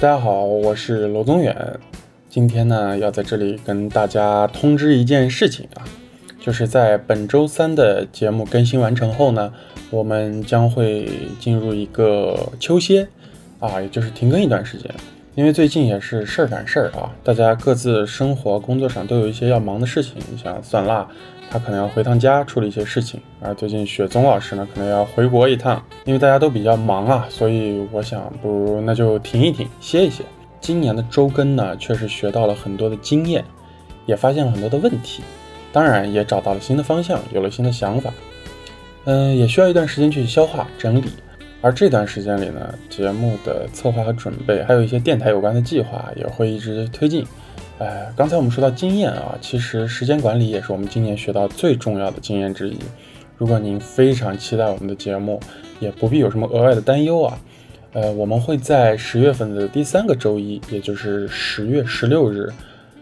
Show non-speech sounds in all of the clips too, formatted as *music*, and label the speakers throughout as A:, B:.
A: 大家好，我是娄宗远。今天呢，要在这里跟大家通知一件事情啊，就是在本周三的节目更新完成后呢，我们将会进入一个秋歇啊，也就是停更一段时间。因为最近也是事儿赶事儿啊，大家各自生活、工作上都有一些要忙的事情。你像算辣，他可能要回趟家处理一些事情啊。最近雪宗老师呢，可能要回国一趟，因为大家都比较忙啊，所以我想，不如那就停一停，歇一歇。今年的周更呢，确实学到了很多的经验，也发现了很多的问题，当然也找到了新的方向，有了新的想法。嗯，也需要一段时间去消化整理。而这段时间里呢，节目的策划和准备，还有一些电台有关的计划，也会一直推进。呃，刚才我们说到经验啊，其实时间管理也是我们今年学到最重要的经验之一。如果您非常期待我们的节目，也不必有什么额外的担忧啊。呃，我们会在十月份的第三个周一，也就是十月十六日，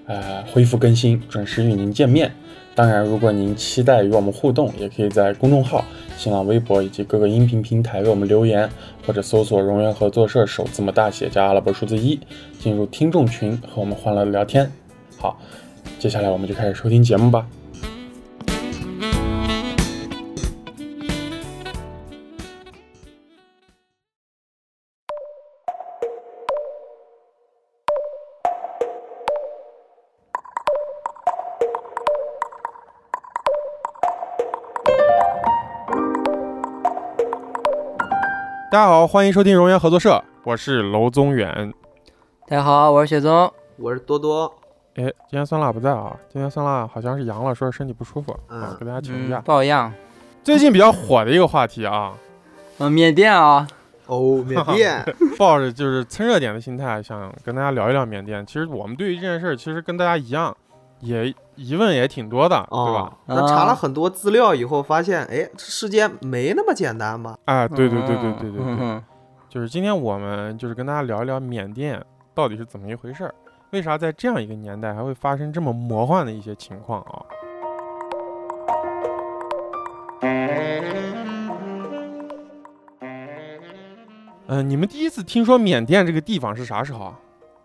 A: 呃，恢复更新，准时与您见面。当然，如果您期待与我们互动，也可以在公众号、新浪微博以及各个音频平台为我们留言，或者搜索“荣源合作社”首字母大写加阿拉伯数字一，进入听众群和我们欢乐地聊天。好，接下来我们就开始收听节目吧。大家好，欢迎收听荣源合作社，我是娄宗远。
B: 大家好，我是雪宗。
C: 我是多多，
A: 哎，今天酸辣不在啊，今天酸辣好像是阳了，说是身体不舒服，
C: 嗯
A: 啊，给大家请
B: 嗯
A: 假。，
B: 抱恙。
A: 最近比较火的一个话题啊，
B: 嗯，缅甸啊，
C: 哦，缅甸，
A: 抱着就是蹭热点的心态，想跟大家聊一聊缅甸。其实我们对于这件事儿，其实跟大家一样，也疑问也挺多的，对吧
C: *laughs* 哦？，那查了很多资料以后，发现，哎，这世界没那么简单吧？
A: 哎，对对对对对对对，
B: 嗯
A: 就是今天我们就是跟大家聊一聊缅甸到底是怎么一回事儿，为啥在这样一个年代还会发生这么魔幻的一些情况啊？嗯、你们第一次听说缅甸这个地方是啥时候啊？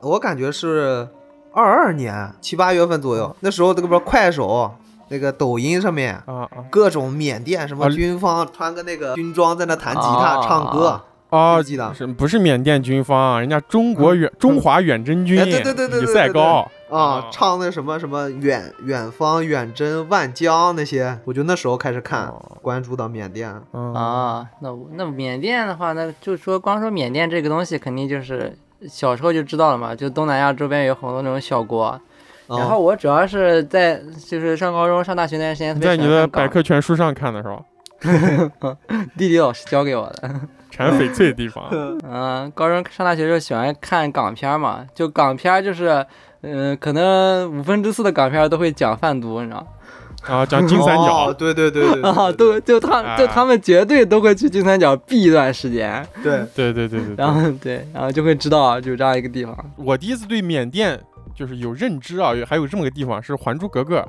C: 我感觉是二二年七八月份左
A: 嗯
C: 右，那时候这个不是快手那个抖音上面
A: 啊啊
C: 各种缅甸什
A: 啊
C: 么军方穿个那个军装在那弹吉他
B: 啊
C: 唱歌，
A: 啊！
C: 你记得
A: 是不是缅甸军方啊？人家中国远、中华远征军、
C: 嗯哎对对对对对
A: 李赛高
C: 啊，唱那什么什么远远方远征万江那些，我就那时候开始看
A: 哦
C: 关注到缅甸，
A: 嗯
B: 啊，那我那缅甸的话，那就说光说缅甸这个东西，肯定就是小时候就知道了嘛，就东南亚周边有很多那种小国。然后
C: 嗯，
B: 我主要是在就是上高中、上大学那段时间，特别
A: 在
B: 喜
A: 你
B: 欢
A: 的
B: 看
A: 百
B: 港
A: 科全书上看的是吧？
B: 地理老师教给我的。
A: 产翡翠地方
B: 嗯，高中上大学就喜欢看港片儿嘛，就港片儿就是，嗯、可能五分之四的港片儿都会讲贩毒，你知道吗？
A: *laughs* 啊，讲金三角
C: 哦，对对对
A: *laughs*
C: 对
B: *laughs*
C: 对
B: 啊，都
C: 对
B: 就他就他们绝对都会去金三角避一段时间，
C: 对，
A: 对对对对对
B: 然后对，然后就会知道有这样一个地方。
A: 我第一次对缅甸就是有认知啊，有还有这么个地方是《还珠格格》。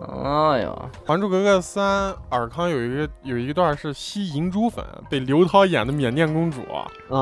B: 哎呦，
A: 《还珠格格三》，尔康有一个有一段是吸银珠粉，被刘涛演的缅甸公主啊
C: 啊，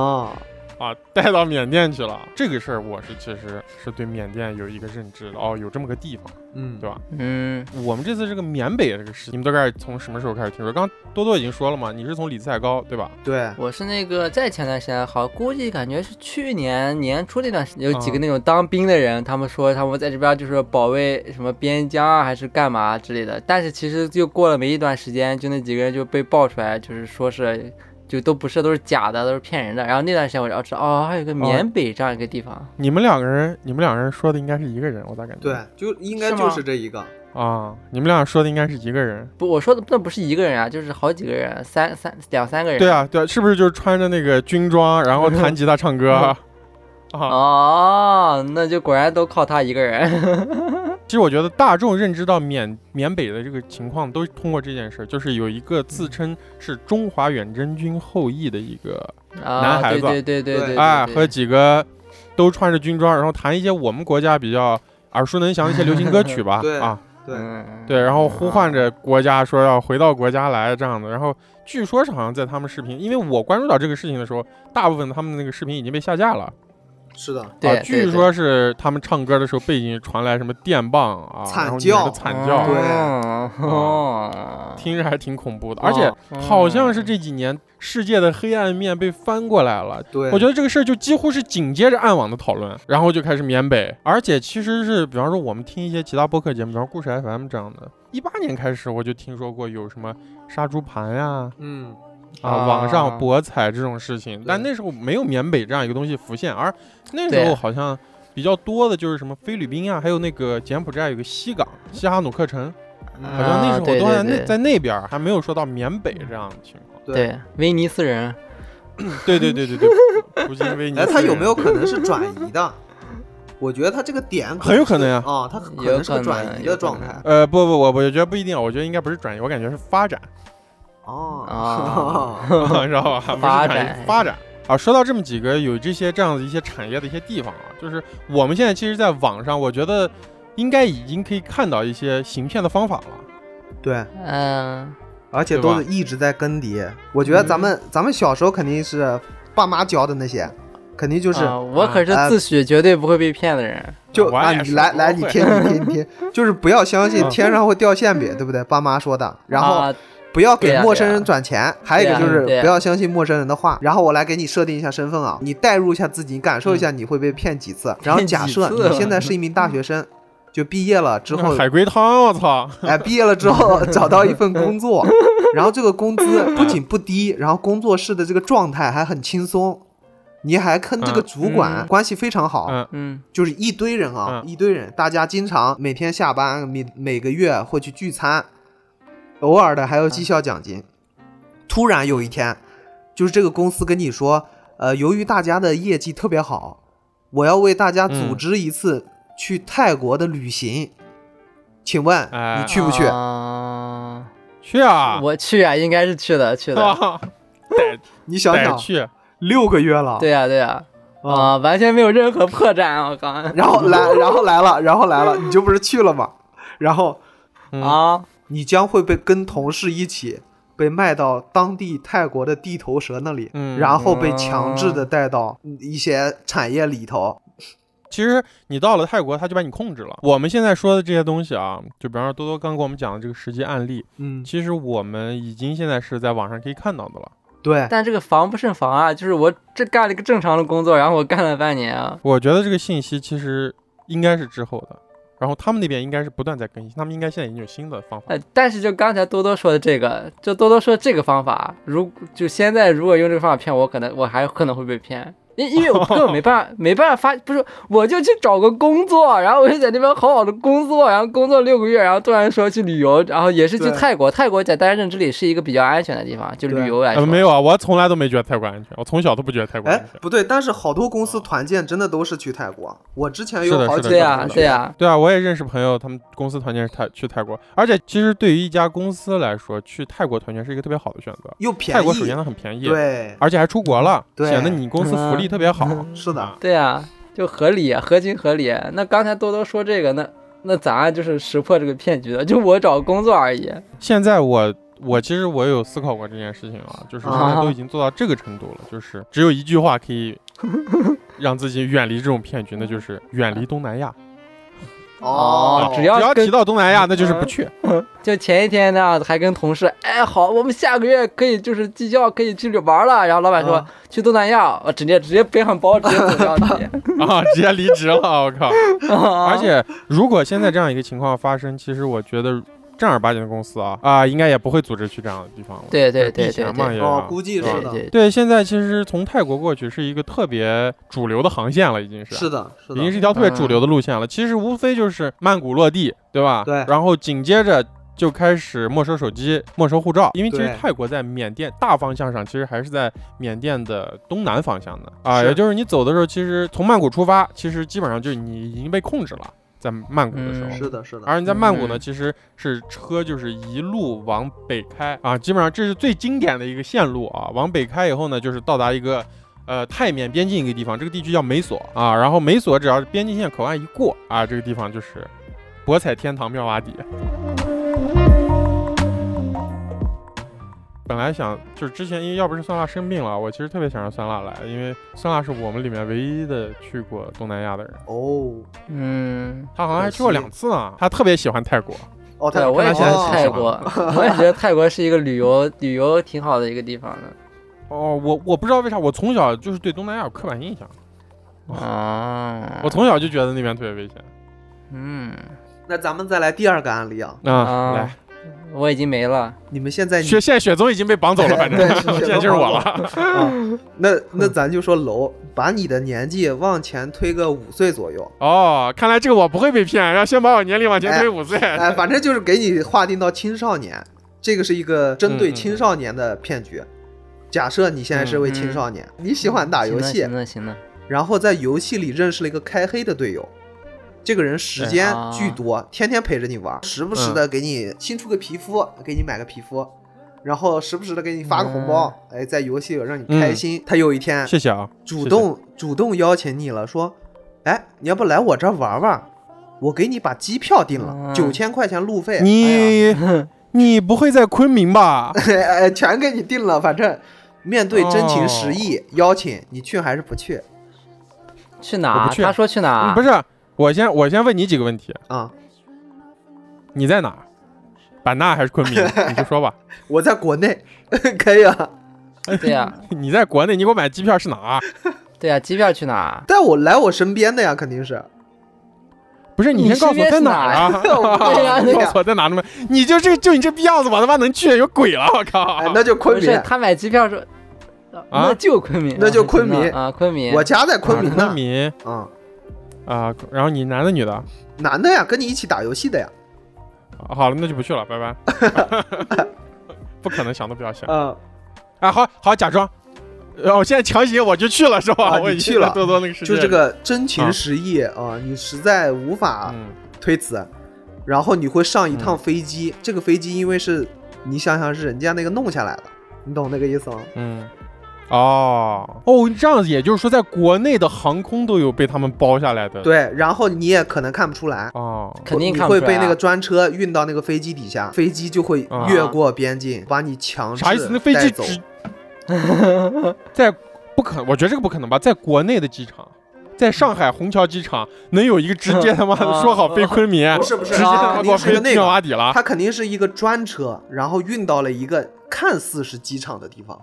A: 啊带到缅甸去了。这个事儿我是其实是对缅甸有一个认知的哦，有这么个地方。
C: 嗯，
A: 对吧
B: 嗯，
A: 我们这次这个缅北这个事，你们大概从什么时候开始听说？刚刚多多已经说了嘛，你是从李赛高对吧？
C: 对，
B: 我是那个在前段时间，好，估计感觉是去年年初那段时间，有几个
A: 啊
B: 那种当兵的人，他们说他们在这边就是保卫什么边疆啊，还是干嘛之类的。但是其实就过了没一段时间，就那几个人就被爆出来，就是说是。就都不是，都是假的，都是骗人的。然后那段时间我就知道，哦，还有个缅北这样一个地方。
A: 你们两个人，你们两个人说的应该是一个人，我咋感觉？
C: 对，就应该
B: 是
C: 就
B: 吗
C: 是这一个。，
A: 啊，你们俩说的应该是一个人。
B: 不，我说的那不是一个人啊，就是好几个人，三三两三个人。
A: 对啊，对啊，是不是就是穿着那个军装，然后弹吉他唱歌啊？
B: 哦，那就果然都靠他一个人。
A: 其实我觉得大众认知到缅缅北的这个情况，都是通过这件事儿，就是有一个自称是中华远征军后裔的一个，
B: 啊，
A: 孩
B: 对
A: 子
B: 对对对对，
A: 哎，
B: 对
A: 和几个都穿着军装，然后弹一些我们国家比较耳熟能详的一些流行歌曲 *laughs* 吧
C: 对
A: 啊，
C: 对，
B: 嗯，
A: 对，然后呼唤着国家说要回到国家来这样的，然后据说是好像在他们视频，因为我关注到这个事情的时候，大部分他们的那个视频已经被下架了，
C: 是的，
B: 对
D: 啊，
B: 对
D: 据
B: 对
D: 说是他们唱歌的时候背景传来什么电棒啊，
C: 惨
D: 然后女人的
C: 叫嗯
D: 惨叫，
C: 对
B: 哦哦，嗯
D: 听着还是挺恐
C: 嗯
D: 怖的。而且好像是这几年世界的黑暗面被翻过来了。
C: 对，
D: 我觉得这个事儿就几乎是紧接着暗网的讨论，然后就开始缅北，而且其实是，比方说我们听一些其他播客节目，比方说故事 FM 这样的，一八年开始我就听说过有什么杀猪盘呀、
C: 嗯，
D: 啊，网
B: 啊
D: 上博彩这种事情，但
C: 对
D: 那时候没有缅北这样一个东西浮现，而那时
B: 对
D: 候好像比较多的就是什么菲律宾啊，还有那个柬埔寨有个西港西哈努克城，好
C: 嗯
D: 像那时
B: 啊
D: 候
B: 对
D: 都
B: 对
D: 在那
B: 对
D: 在那边儿还没有说到缅北这样的情况。
C: 对。
B: 对，威尼斯人，
D: 对对对对对，不是因为你
C: 哎，他有没有可能是
D: *laughs*
C: 转移的？我觉得他这个点
D: 很有可能
C: 是
D: 呀
C: 啊，他可
B: 有
C: 能是
B: 可
C: 个
B: 能
C: 转移
B: 有
C: 的
B: 可
C: 状
B: 能
C: 态
D: 呃，不不，我我觉得不一定，我觉得应该不是转移，我感觉是发
B: *laughs*
D: 展，
C: 哦
B: 啊，
D: 知道吧？不
B: 发
D: 是转
B: 展
D: 移，发展啊。说到这么几个有这些这样的一些产业的一些地方啊，就是我们现在其实，在网上，我觉得应该已经可以看到一些行骗的方法了。
C: 对，
B: *laughs* 嗯，
C: 而且
D: 对
C: 都
D: 吧
C: 是一直在更迭。我觉得咱们咱们小时候肯定是爸妈教的那些，肯定就是
B: 啊我可是
C: 啊
B: 自诩绝对不会被骗的人，
C: 就
D: 我
C: 啊，
D: 也
C: 你
D: 是
C: 来
D: 我
C: 来，
D: 会
C: 你听你听
B: *laughs*
C: 你听，就是不要相信
D: 嗯
C: 天上会掉馅饼，对不对？爸妈说的，然后
B: 啊
C: 不要
B: 对
C: 给
B: 呀
C: 陌
B: 对
C: 生
B: 呀
C: 人转钱，还有一个
B: 对呀
C: 就是
B: 对呀啊
C: 不要相信陌生人的话。然后我来给你设定一下身份啊，你代入一下自己，你感受一下你会被骗几
B: *laughs*
C: 次。然后
B: 骗
C: 假
B: 几
C: 设
B: 次啊
C: 你现在是一名大学生，就毕业了之
D: 那
C: 后，
D: 海龟汤，我操！
C: 哎，毕业了之
D: *laughs*
C: 后找到一份工作，然后这个工资不仅不低，然后工作室的这个状态还很轻松，你还跟这个
D: 嗯
C: 主管
B: 嗯
C: 关系非常好，
D: 嗯，
B: 嗯，
C: 就是一堆人啊，
D: 嗯
C: 一堆人，大家经常每天下班，每每个月会去聚餐，偶尔的还有绩效奖金。突然有一天，就是这个公司跟你说，呃，由于大家的业绩特别好，我要为大家组织一次去泰国的旅行，请问
D: 哎
C: 你去不去？
B: 啊
D: 去啊！
B: 我去啊，应该是去的，去
D: *laughs*
B: 的，
D: 啊，
C: 你想
D: 得
C: 想，
D: 去，
C: 六个月了，
B: 对呀对呀，
C: 啊
B: 啊，完全没有任何破绽，我靠，
C: 然后来，然后来了，然后来了，你就不是去了吗？然后
D: 嗯
B: 啊，
C: 你将会被跟同事一起被卖到当地泰国的地头蛇那里，
D: 嗯
C: 然后被强制的带到一些产业里头。
D: 其实你到了泰国，他就把你控制了。我们现在说的这些东西啊，就比方说多多刚给我们讲的这个实际案例，
C: 嗯，
D: 其实我们已经现在是在网上可以看到的了。
C: 对，
B: 但这个防不胜防啊，就是我这干了一个正常的工作，然后我干了半年啊，
D: 我觉得这个信息其实应该是滞后的，然后他们那边应该是不断在更新，他们应该现在已经有新的方法
B: 呃，但是就刚才多多说的这个，就多多说这个方法，如就现在如果用这个方法骗我，可能我还可能会被骗，因因为我根本没办法没办法发，不是我就去找个工作，然后我就在那边好好的工作，然后工作六个月，然后突然说去旅游，然后也是去
C: 对
B: 泰国，泰国在大家认知里是一个比较安全的地方，就
C: 对
B: 旅游来说，
D: 呃。没有啊，我从来都没觉得泰国安全，我从小都不觉得泰国安
C: 哎
D: 全，。
C: 不对，但是好多公司团建真的都是去泰国。我之前
D: 是
C: 有
D: 的
C: 好几
D: 是的
B: 对
C: 个
D: 呀
B: 啊
C: 同
B: 对
C: 学，
B: 啊，
D: 对啊，我也认识朋友，他们公司团建是泰去泰国，而且其实对于一家公司来说，去泰国团建是一个特别好的选择。
C: 又便
D: 泰国首先
C: 宜，
D: 它很便宜，
C: 对，
D: 而且还出国了，
C: 对嗯
D: 显得你公司福利特别好。
C: 是的
D: 啊，
B: 对啊，就合理啊，合情合理啊。那刚才多多说这个，那那咱就是识破这个骗局的，就我找工作而已。
D: 现在我我其实我有思考过这件事情啊，就是现在都已经做到这个程度了，就是只有一句话可
B: *laughs*
D: 以让自己远离这种骗局，那就是远离东南亚。
B: 哦只要
D: 只要
B: 跟嗯
D: 提到东南亚，那就是不去。 *laughs*
B: 就前一天呢，还跟同事，哎，好，我们下个月可以就是绩效可以去玩了。然后老板
D: 嗯
B: 说、
C: 啊
B: 去东南亚，哦我直接直接背上包，直接走掉你。
D: 啊，直接离职了，我靠！ *laughs*
B: 啊
D: 而且如果现在这样一个情况发生，其实我觉得正儿八经的公司啊啊，应该也不会组织去这样的地方了。
B: *laughs* 对对
D: 就是
B: 对
D: 避嫌
B: 对
D: 嘛，
B: 对
D: 也
C: 哦
D: 要，
C: 估计
D: 对啊
C: 是
B: 对
C: 的，
B: 对，
D: 对，现在其实从泰国过去是一个特别主流的航线了，已经是。
C: 是的，是
D: 已经是
C: 的，
D: 一条特别主流的路线了。其实无非就是曼谷落地，对吧？
C: 对
D: 然后紧接着就开始没收手机、没收护照，因为其实
C: 对
D: 泰国在缅甸大方向上，其实还是在缅甸的东南方向的啊，
C: 是
D: 也就是你走的时候，其实从曼谷出发，其实基本上就是你已经被控制了，在曼谷的时候。
B: 嗯
C: 是的，是的，
D: 而你在曼谷呢，
B: 嗯
D: 其实是车就是一路往北开啊，基本上这是最经典的一个线路啊。往北开以后呢，就是到达一个呃泰缅边境一个地方，这个地区叫美索啊。然后美索只要是边境线口岸一过啊，这个地方就是博彩天堂妙瓦底。本来想就是之前因为要不是酸辣生病了，我其实特别想让酸辣来，因为酸辣是我们里面唯一的去过东南亚的人，
C: 哦
B: 嗯，
D: 他好像还去过两次呢。他特别喜欢泰国，
C: 哦，
B: 对，
C: 他
B: 我也
C: 他
B: 觉
D: 现
B: 得
D: 在
C: 哦
D: 是
B: 泰国， *laughs* 我也觉得泰国是一个旅游旅游挺好的一个地方的
D: 哦，我我不知道为啥，我从小就是对东南亚有刻板印象，
B: 啊。
D: 我从小就觉得那边特别危险
B: 嗯
C: 那咱们再来第二个案例啊，
D: 啊。
B: 啊
D: 来，，
B: 我已经没了。
C: 哎你们现在
D: 雪现在雪总已经被绑走了，反正
C: 对是雪
D: *laughs* 现在就是我了。
C: 啊，那那咱就说楼，把你的年纪往前推个五岁左右，
D: 哦，看来这个我不会被骗，要先把我年龄往前
C: 哎
D: 推五岁。
C: 哎，反正就是给你划定到青少年，这个是一个针对青少年的骗局。假设你现在是位青少年，你喜欢打游戏
B: 行，了行了，行了
C: 然后在游戏里认识了一个开黑的队友，这个人时间
B: 啊
C: 巨多，天天陪着你玩，时不时的给你新出个皮肤，给你买个皮肤，然后时不时的给你发个红包，哎，在游戏里让你开心。他有一天
D: 谢谢啊，
C: 主
D: 谢
C: 动主动邀请你了，说，哎，你要不来我这儿玩玩？我给你把机票订了，
B: 啊
C: 九千块钱路费，
D: 你、你不会在昆明吧？
C: 哎 *laughs* 哎，全给你定了，反正面对真情实意、邀请，你去还是不去
B: 去
D: 我
B: 哪？
D: 不去
B: 他说去哪？
C: 嗯
D: 不
B: 是，
D: 是，我先我先问你几个问题，
C: 啊、
D: 你在哪儿？版纳还是昆明？你就说吧。
C: 我在国内， *laughs* 可以啊，
B: 对呀、
C: *laughs*
D: 你在国内，你给我买机票是哪儿？
B: 对呀、机票去哪？
C: 但我来我身边的呀，肯定是。 *laughs*
D: 不是，你
B: 你
D: 先告诉
B: 身边
D: 我在
B: 是
D: 哪儿啊？
C: 对
B: 呀
D: *laughs* 告
C: 对呀
D: 诉我在哪儿呢？你就这就你这逼样子，我他妈能去？有鬼了！我靠！
C: 哎，那就
B: 不
C: 昆
B: 是
C: 明，啊
B: 他买机票是，那就昆明，
C: 那就昆明
B: 啊行了啊，昆明。
C: 我家在昆明
D: 啊昆
C: 呢。
D: 明
C: 啊、
D: 啊，然后你男的女的？啊
C: 男的呀，跟你一起打游戏的呀。
D: 好了，那就不去了，拜拜。 *laughs* 不可能想都不要想。
C: 嗯，
D: 啊，好好假装。然后现在强行我就去了是吧？
C: 啊
D: 我已
C: 你去
D: 经在
C: 了
D: 多多那个世界
C: 就
D: 里，
C: 这个啊真情实意啊、你实在无法
D: 嗯，
C: 推辞，然后你会上一趟飞机。这个飞机因为是你想想是人家那个弄下来的，你懂那个意思吗？
D: 嗯，哦哦，这样子，也就是说，在国内的航空都有被他们包下来的。，
C: 对，然后你也可能看不出来，
D: 哦，
B: 肯定
C: 你
B: 看不
C: 会
B: 出来啊
C: 被那个专车运到那个飞机底下，飞机就会
D: 啊
C: 越过边境，把你强制
D: 啥意思？那飞
C: 带
D: 机
C: 走
D: 只在不可，我觉得这个不可能吧？在国内的机场，在上海虹桥机场，能有一个直
C: *laughs*
D: 接他妈的
B: 啊
D: 说好飞昆明，
C: 不是不是啊
D: 直接他妈
C: 肯
D: 给啊
C: 定
D: 我
C: 是
D: 飞
C: 个那
D: 尿
C: 个，
D: 瓦底了？
C: 它肯定是一个专车，然后运到了一个看似是机场的地方。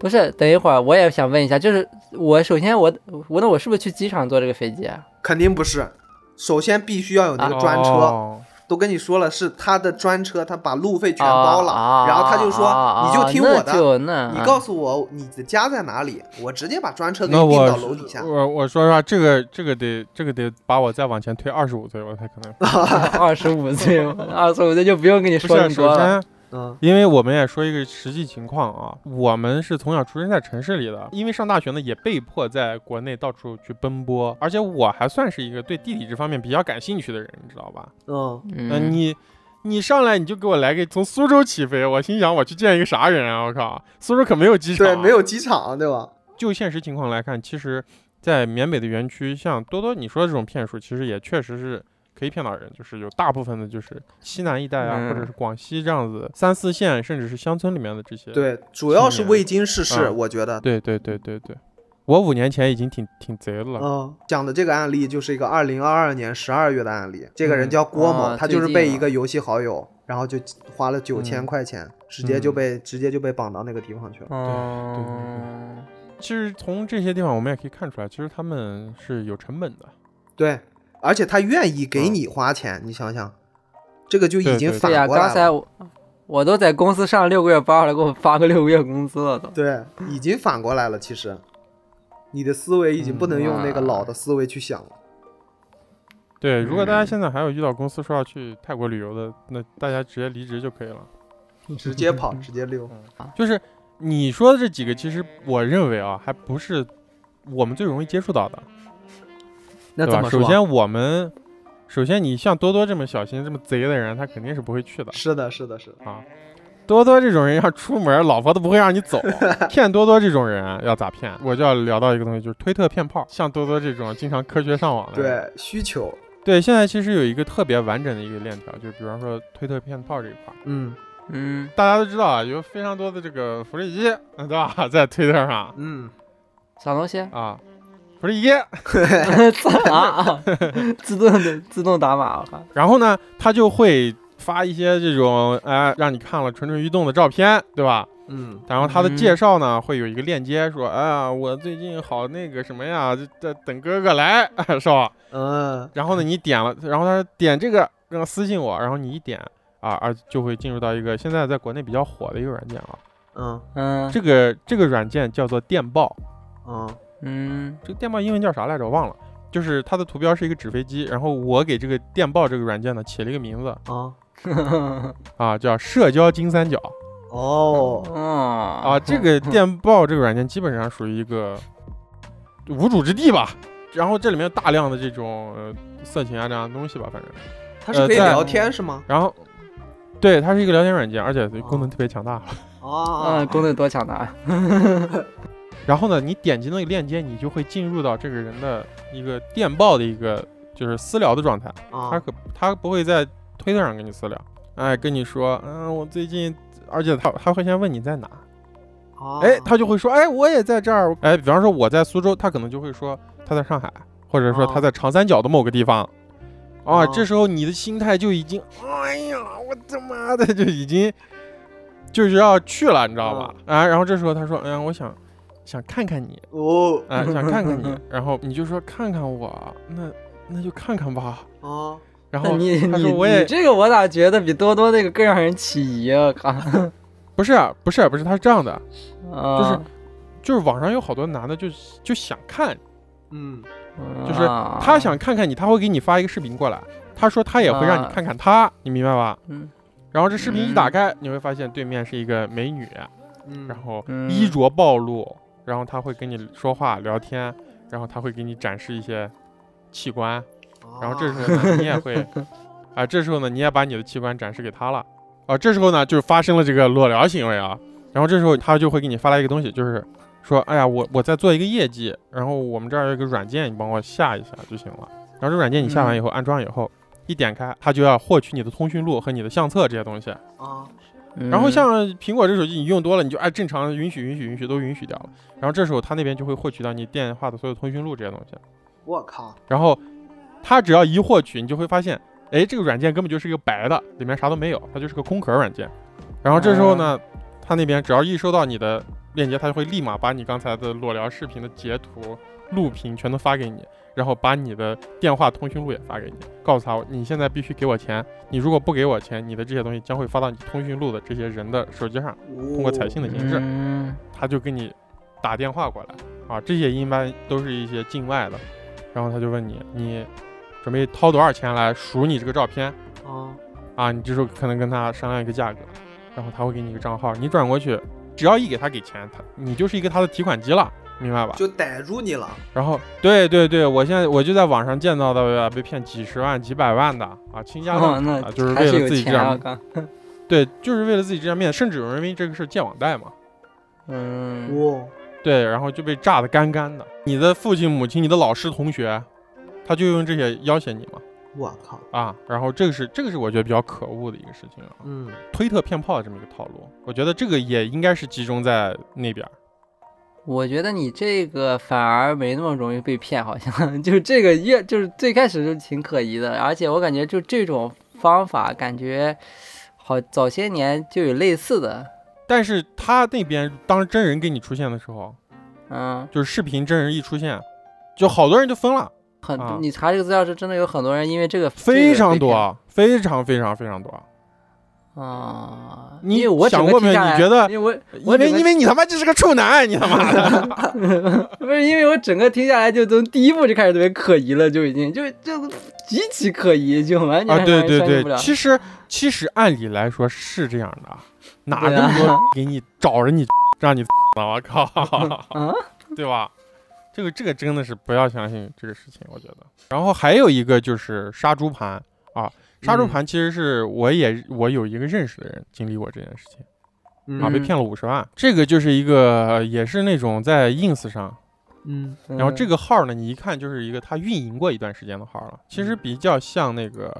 B: 不是，等一会儿我也想问一下，就是我首先我我那我是不是去机场坐这个飞机啊？
C: 肯定不是，首先必须要有那个专车。
D: 哦
C: 都跟你说了，是他的专车，他把路费全包了，
B: 啊
C: 然后他就说、
B: 啊
C: 你就听我
B: 那
C: 的，
B: 就嗯那
C: 你告诉我你的家在哪里，我直接把专车给
D: 那
C: 你
D: 我
C: 订到楼底下。
D: 我我说实啊话，这个这个得这个得把我再往前推二十五岁，我才可能。
B: *laughs* 二十五岁，
C: *laughs*
B: 二十五岁就不用跟你
D: 不
B: 说那
D: 是，啊
B: 么多
D: 首
B: 了。
D: 先
C: 嗯
D: 因为我们也说一个实际情况啊，我们是从小出生在城市里的，因为上大学呢也被迫在国内到处去奔波，而且我还算是一个对地理这方面比较感兴趣的人，你知道吧？
C: 嗯，
D: 嗯、你你上来你就给我来个从苏州起飞，我心想我去见一个啥人啊？我靠，苏州可没有机场，啊
C: 对，没。有机场，对吧？
D: 就现实情况来看，其实，在缅北的园区，像多多你说的这种骗术，其实也确实是。可以骗到人，就是有大部分的，就是西南一带啊，
B: 嗯
D: 或者是广西这样子三四线，甚至是乡村里面的这些
C: 对，主要是未经世事，
D: 嗯
C: 我觉得。
D: 对对对对对，我五年前已经挺挺贼的了。
C: 嗯，讲的这个案例就是一个二零二二年十二月的案例，这个人
D: 嗯
C: 叫郭某，
B: 啊
C: 他
B: 最
C: 就是
B: 近
C: 被
B: 啊
C: 一个游戏好友，然后就花了九千
D: 嗯
C: 块钱，直接就被直接就被绑到那个地方去了。
D: 对对
B: 哦，
D: 其实从这些地方我们也可以看出来，其实他们是有成本的。
C: 对，而且他愿意给你花钱，你想想，这个就已经
D: 嗯对
C: 反
B: 对呀、
C: 过来
B: 刚
C: 了。
B: 才我我都在公司上六个月班了，给我发个六个月工资了都。
C: 对，已经反过来了。其实，你的思维已经不能用
D: 嗯
C: 那个老的思维去想了。
D: 对，如果
C: 嗯
D: 大家现在还有遇到公司说要去泰国旅游的，那大家直接离职就可以了。
C: 直接跑，直接溜。
D: 就是你说的这几个，其实我认为啊，还不是我们最容易接触到的，
C: 那
D: 对吧？首先我们，首先你像多多这么小心、这么贼的人，他肯定是不会去的。
C: 是的，是的，是的。
D: 多多这种人要出门，老婆都不会让你
C: *laughs*
D: 走。骗多多这种人要咋骗？我就要聊到一个东西，就是推特骗炮。像多多这种经常科学上网的人，
C: 对需求，
D: 对对，现在其实有一个特别完整的一个链条，就比方说推特骗炮这一块儿，
C: 嗯
B: 嗯，
D: 大家都知道啊，有非常多的这个福利机，对吧？ *laughs* 在推特上
C: 嗯，
B: 啥东
D: *laughs*
B: 西？
D: 啊，福利机，
B: 打啊，自动的自动打码，我靠，
D: 然后呢，他就会发一些这种哎让你看了蠢蠢欲动的照片，对吧？
C: 嗯，
D: 然后他的
B: 嗯
D: 介绍呢，会有一个链接说，哎呀，我最近好那个什么呀，这这等哥哥来， *laughs* 是吧？
C: 嗯，
D: 然后呢，你点了，然后他说点这个，让私信我，然后你一点啊啊，就会进入到一个现在在国内比较火的一个软件啊，
C: 嗯，
B: 嗯
D: 这个这个软件叫做电报，
C: 嗯，
B: 嗯
D: 这个电报英文叫啥来着？我忘了。就是它的图标是一个纸飞机，然后我给这个电报这个软件呢起了一个名字
C: 嗯，
D: 啊，叫社交金三角
C: 哦，
B: 哦
D: 啊。这个电报这个软件基本上属于一个无主之地吧。然后这里面有大量的这种、呃、色情啊这样的东西吧，反正。
C: 它是可以
D: 呃在
C: 聊天是吗？
D: 然后，对，它是一个聊天软件，而且功能特别强大。
C: 哦
B: 嗯，，功能多强大，
D: 然后呢，你点击那个链接，你就会进入到这个人的一个电报的一个就是私聊的状态。他
C: 啊，
D: 可他不会在推特上跟你私聊，哎，跟你说，嗯，我最近，而且他他会先问你在哪，
C: 哦
D: 哎，他就会说，哎，我也在这儿，哎，比方说我在苏州，他可能就会说他在上海，或者说
C: 哦
D: 他在长三角的某个地方，啊，
C: 哦
D: 这时候你的心态就已经，哎呀，我他妈的就已经就是要去了，你知道吧？啊，然后这时候他说，嗯，我想想看看你，
C: 哦，
D: 啊，想看
C: *laughs*
D: 看你，然后你就说看看我，那那就看看吧。
C: 哦，
D: 然
B: 那
D: 后
B: 你
D: 他
B: 你
D: 说我
B: 你
D: 也
B: 这个我咋觉得比多多那个更让人起疑啊？我靠，
D: 不是啊不是不是，他是这样的，
B: 就是
D: 就是网上有好多男的就就想看，
C: 嗯，
D: 就是
B: 啊
D: 他想看看你，他会给你发一个视频过来，他说他也会让
B: 啊
D: 你看看他，你明白吧？
B: 嗯。
D: 然后这视频一打
B: 嗯
D: 开，你会发现对面是一个美女，
C: 嗯，
D: 然后
B: 嗯
D: 衣着暴露，然后他会跟你说话聊天，然后他会给你展示一些器官，然后这时
C: 是，
D: 候呢，你也会啊，这时候呢，你也把你的器官展示给他了啊，这时候呢，就发生了这个裸聊行为啊，然后这时候他就会给你发来一个东西，就是说，哎呀，我我在做一个业绩，然后我们这儿有一个软件，你帮我下一下就行了。然后这软件你下完以后，安装以后。一点开，它就要获取你的通讯录和你的相册这些东西。
C: 啊，
B: 嗯，
D: 然后像苹果这手机，你用多了，你就按正常允许、允许、允许都允许掉了。然后这时候它那边就会获取到你电话的所有通讯录这些东西。
C: 我靠，
D: 然后它只要一获取，你就会发现，哎，这个软件根本就是一个白的，里面啥都没有，它就是个空壳软件。然后这时候呢，它那边只要一收到你的链接，它就会立马把你刚才的裸聊视频的截图、录屏全都发给你，然后把你的电话通讯录也发给你，告诉他你现在必须给我钱，你如果不给我钱，你的这些东西将会发到你通讯录的这些人的手机上，
C: 通
D: 通过彩信的形式。
B: 嗯
D: 他就给你打电话过来啊，这些一般都是一些境外的，然后他就问你，你准备掏多少钱来赎你这个照片
C: 啊，
D: 啊？你这时候可能跟他商量一个价格，然后他会给你一个账号，你转过去，只要一给他给钱，他你就是一个他的提款机了，明白吧？
C: 就逮住你了，
D: 然后对对对，我现在我就在网上见到的呃被骗几十万、几百万的啊，倾家
B: 哦
D: 荡产
B: 那
D: 的，就是
B: 还
D: 为
B: 是
D: 了
B: 有
D: 自己这
B: 钱啊，
D: 样
B: 我，靠
D: 对，就是为了自己这样面子，甚至有人因为这个事儿借网贷嘛。
B: 嗯，
C: 哇，
D: 对，然后就被炸得干干的。你的父亲、母亲、你的老师、同学，他就用这些要挟你嘛
C: 我靠，
D: 啊。然后这个是这个是我觉得比较可恶的一个事情啊，
C: 嗯，
D: 推特骗炮的这么一个套路，我觉得这个也应该是集中在那边儿。
B: 我觉得你这个反而没那么容易被骗，好像 *laughs* 就是这个越就是最开始就挺可疑的，而且我感觉就这种方法，感觉好早些年就有类似的，
D: 但是他那边当真人给你出现的时候，
B: 嗯，
D: 就是视频真人一出现，就好多人就疯了，
B: 很多、
D: 啊
B: 你查这个资料是真的有很多人因为这个
D: 非常多，啊，非常非常非常多。
B: 啊，
D: 你
B: 因为我整
D: 想
B: 个
D: 过
B: 听
D: 没有
B: 下来
D: 你觉得
B: 因为我
D: 因
B: 我
D: 为
B: 整个
D: 因为你他妈就是个处男，啊你他妈的
B: 不是因为我整个听下来，就从第一部就开始特别可疑了，就已经就就极其可疑，就完全
D: 啊！
B: 让
D: 对
B: 人
D: 对
B: 相信不
D: 对，
B: 了。
D: 其实其实按理来说是这样的，哪
B: 对
D: 那
B: 啊
D: 么
B: *laughs*
D: 多给你找着你让你呢？我靠，
B: 啊，
D: 对吧？这个这个真的是不要相信这个事情，我觉得。然后还有一个就是杀猪盘啊，杀
B: 嗯
D: 猪盘其实是我也我有一个认识的人经历过这件事情啊，
C: 嗯
D: 被
B: 嗯
D: 骗了五十万。这个就是一个呃也是那种在 ins 上，
C: 嗯，
D: 然后这
B: 个
D: 个号呢，你一看就是一个他运营过一段时间的号了，其实比较像那个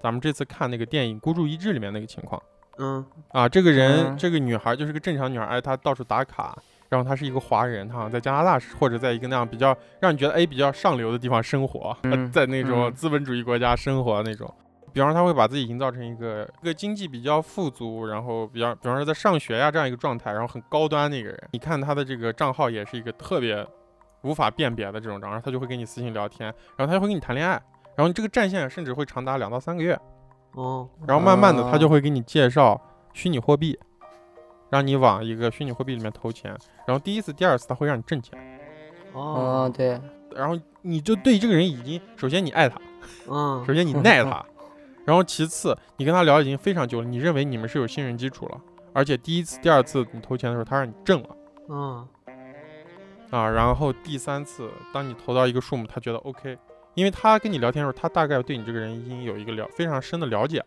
D: 咱们这次看那个电影《孤注一掷》里面那个情况。
C: 嗯
D: 啊，这个人、
B: 嗯
D: 这个女孩就是个正常女孩，哎，她到处打卡，然后她是一个华人，她好像在加拿大是或者在一个那样比较让你觉得哎比较上流的地方生活，呃
B: 嗯
D: 在那种
B: 嗯
D: 资本主义国家生活那种。比方说，她会把自己营造成一个一个经济比较富足，然后比方比方说在上学呀、这样一个状态，然后很高端的一个人。你看她的这个账号也是一个特别无法辨别的这种账号，然后她就会跟你私信聊天，然后她就会跟你谈恋爱，然后你这个战线啊甚至会长达两到三个月。
C: 哦，
D: 然后慢慢的，他
B: 啊
D: 就会给你介绍虚拟货币，让你往一个虚拟货币里面投钱。然后第一次、第二次，他会让你挣钱，
B: 哦，
C: 哦，
B: 对，
D: 然后你就对这个人已经，首先你爱他，
C: 嗯
D: 首先你耐他， *laughs* 然后其次你跟他聊已经非常久了，你认为你们是有信任基础了，而且第一次、第二次你投钱的时候，他让你挣了
C: 嗯
D: 啊，然后第三次，当你投到一个数目，他觉得 OK。因为他跟你聊天的时候，他大概对你这个人已经有一个了非常深的了解了。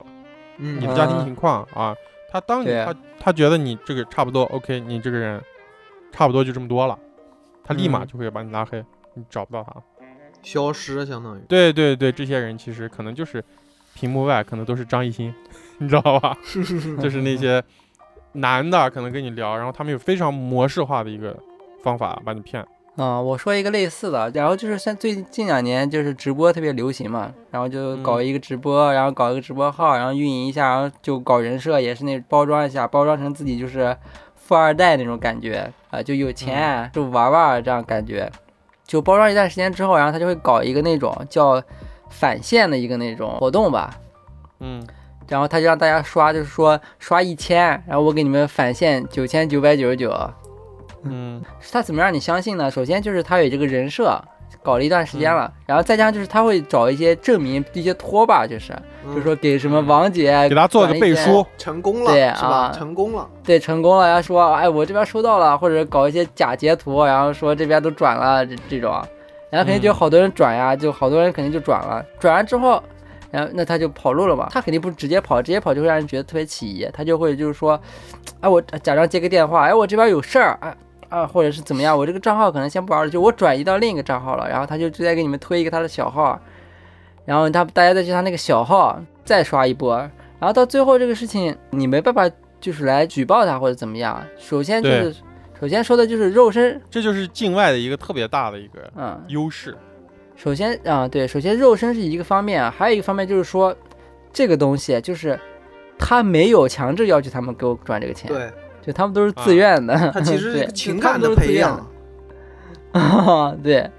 C: 嗯，
D: 你的家庭
B: 嗯
D: 情况啊，他当你
B: 对
D: 他他觉得你这个差不多 OK，你这个人差不多就这么多了，他立马
B: 嗯
D: 就会把你拉黑，你找不到他。
C: 消失相当于，
D: 对对对，这些人其实可能就是屏幕外可能都是张艺兴， *laughs* 你知道吧？
C: 嗯
D: 就是那些男的可能跟你聊，然后他们有非常模式化的一个方法把你骗。
B: 啊、我说一个类似的，然后就是像最近两年就是直播特别流行嘛，然后就搞一个直播，然后搞一个直播号，然后运营一下，然后就搞人设，也是那包装一下，包装成自己就是富二代那种感觉啊、就有钱、就玩玩这样感觉，就包装一段时间之后，然后他就会搞一个那种叫返现的一个那种活动吧，
D: 嗯，
B: 然后他就让大家刷，就是说刷一千，然后我给你们返现九千九百九十九，
D: 嗯
B: 是他怎么让你相信呢？首先就是他有这个人设，搞了一段时间了，然后再加上就是他会找一些证明一些托吧，就是、
C: 嗯
B: 就说给什么王姐
D: 给他做个
B: 转一
D: 背
B: 千
D: 书，
C: 成功了
B: 对
C: 是吧？
B: 啊
C: 成功了，
B: 对，成功了，然后说哎我这边收到了，或者搞一些假截图，然后说这边都转了这这种，然后肯定就有
D: 嗯
B: 好多人转呀，就好多人肯定就转了，转完之后。然后那他就跑路了嘛，他肯定不直接跑，直接跑就会让人觉得特别起疑，他就会就是说，哎我假装接个电话，哎我这边有事儿，哎啊或者是怎么样，我这个账号可能先不玩了，就我转移到另一个账号了，然后他就直接给你们推一个他的小号，然后他大家再去他那个小号再刷一波，然后到最后这个事情你没办法就是来举报他或者怎么样，首先就
D: 对
B: 是首先说的就是肉身，
D: 这就是境外的一个特别大的一个
B: 嗯，
D: 优势。
B: 首先啊，对，首先肉身是一个方面啊，还有一个方面就是说，这个东西啊就是他没有强制要求他们给我转这个钱，，
C: 对，
B: 就他们都是自愿的，
C: 它其实是一
B: *laughs* 对
C: 个情感的
B: 他们都是
C: 培
B: 自愿
C: 养，
B: *laughs* 的，啊对。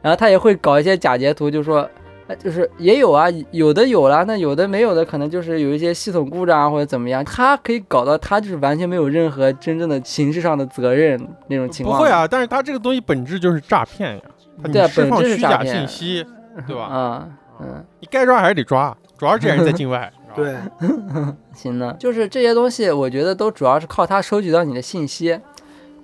B: 然后他也会搞一些假截图，就说，呃就是也有啊，有的有啦，那有的没有的，可能就是有一些系统故障啊或者怎么样，他可以搞到他就是完全没有任何真正的形式上的责任那种情
D: 不
B: 况。
D: 会，啊，但是他这个东西本质就是诈骗呀，他
B: 对啊
D: 你释
B: 本
D: 放
B: 质是
D: 虚
B: 诈
D: 假
B: 骗
D: 信息，对吧？
B: 啊，嗯。
D: 你该抓还是得抓，主要是这些
B: *laughs*
D: 人在境外。是吧，
C: 对，
B: 行呢，就是这些东西，我觉得都主要是靠它收集到你的信息，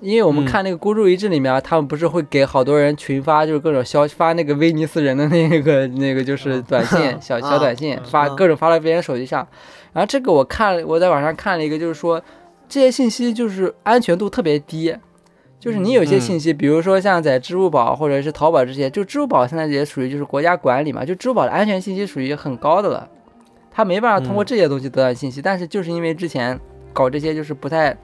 B: 因为我们
D: 嗯
B: 看那个孤注一掷里面啊，他们不是会给好多人群发，就是各种消发那个威尼斯人的那个那个就是短
D: *laughs*
B: 信小小短信
D: 嗯
B: 发
C: 嗯
B: 各种发到别人手机上，然后这个我看我在网上看了一个，就是说这些信息就是安全度特别低。就是你有些
D: 嗯
B: 信息，比如说像在支付宝或者是淘宝这些，就支付宝现在也属于就是国家管理嘛，就支付宝的安全信息属于很高的了。他没办法通过
D: 嗯
B: 这些东西得到信息，但是就是因为之前搞这些就是不太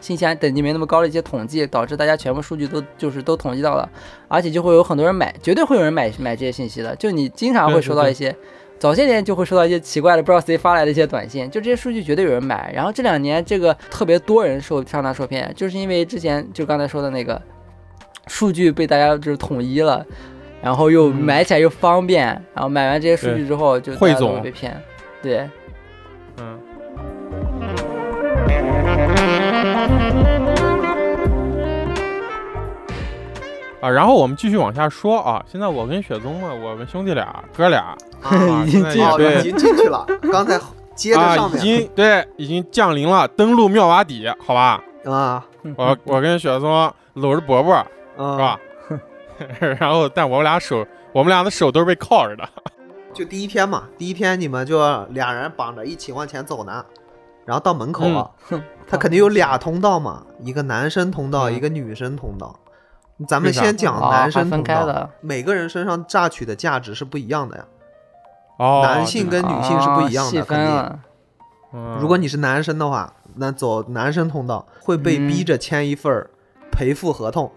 B: 信息安等级没那么高的一些统计，导致大家全部数据都就是都统计到了，而且就会有很多人买，绝对会有人买买这些信息的。就你经常
D: 对
B: 会
D: 对
B: 收到
D: 对
B: 一些，早些年就会收到一些奇怪的不知道谁发来的一些短信，就这些数据绝对有人买。然后这两年这个特别多人受上当受骗，就是因为之前就刚才说的那个数据被大家就是统一了。然后又
D: 嗯
B: 买起来又方便，然后买完这些数
D: 对
B: 据之后，就
D: 汇
B: 大家都
D: 总
B: 会被骗。对，
C: 啊
D: 嗯。啊，然后我们继续往下说啊。现在我跟雪宗嘛，我们兄弟俩哥俩
C: 啊
D: 啊，现在
B: 进
D: 也
C: 哦，已
D: 对
C: 经进去了，刚才接着
D: 啊，
C: 上
D: 已
C: 面
D: 经对已经降临了，登陆妙瓦底，好吧？
C: 啊，
B: 嗯
D: 我我跟雪宗搂着伯伯是
C: 啊
D: 吧，？ *laughs* 然后但我们俩手我们俩的手都是被铐着的，
C: 就第一天嘛，第一天你们就俩人绑着一起往前走呢，然后到门口了，
B: 嗯
C: 他肯定有俩通道嘛，一个男生通道，
D: 嗯
C: 一个女生通道。咱们
D: 为啥
C: 先讲
B: 啊
C: 男
B: 还
C: 生
B: 分
C: 通
B: 开
C: 道，
B: 了，
C: 每个人身上榨取的价值是不一样的呀，
D: 哦，
C: 男性跟女性是不一
B: 哦
C: 样的，
B: 啊细
C: 肯
B: 分
C: 定。
B: 了。
D: 嗯
C: 如果你是男生的话，那走男生通道会被
B: 嗯
C: 逼着签一份儿赔付合同，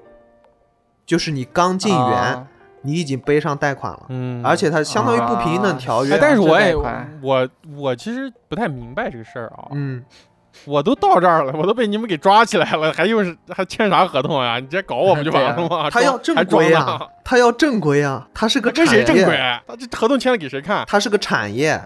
C: 就是你刚进园，
B: 啊
C: 你已经背上贷款了，
D: 嗯，
C: 而且它相当于不平等条约。
D: 哎，但是我
B: 这
D: 也
B: 贷款
D: 我我其实不太明白这个事儿啊，
C: 嗯，
D: 我都到这儿了，我都被你们给抓起来了，还又是还签啥合同啊？你直接搞我不就完了吗？
C: 他要正
D: 还装
C: 规
D: 呢 *laughs*
C: 啊，，他要正规啊，他是个
D: 他跟谁
C: 产
D: 正
C: 业
D: 规？啊他这合同签了给谁看？
C: 它是个产业，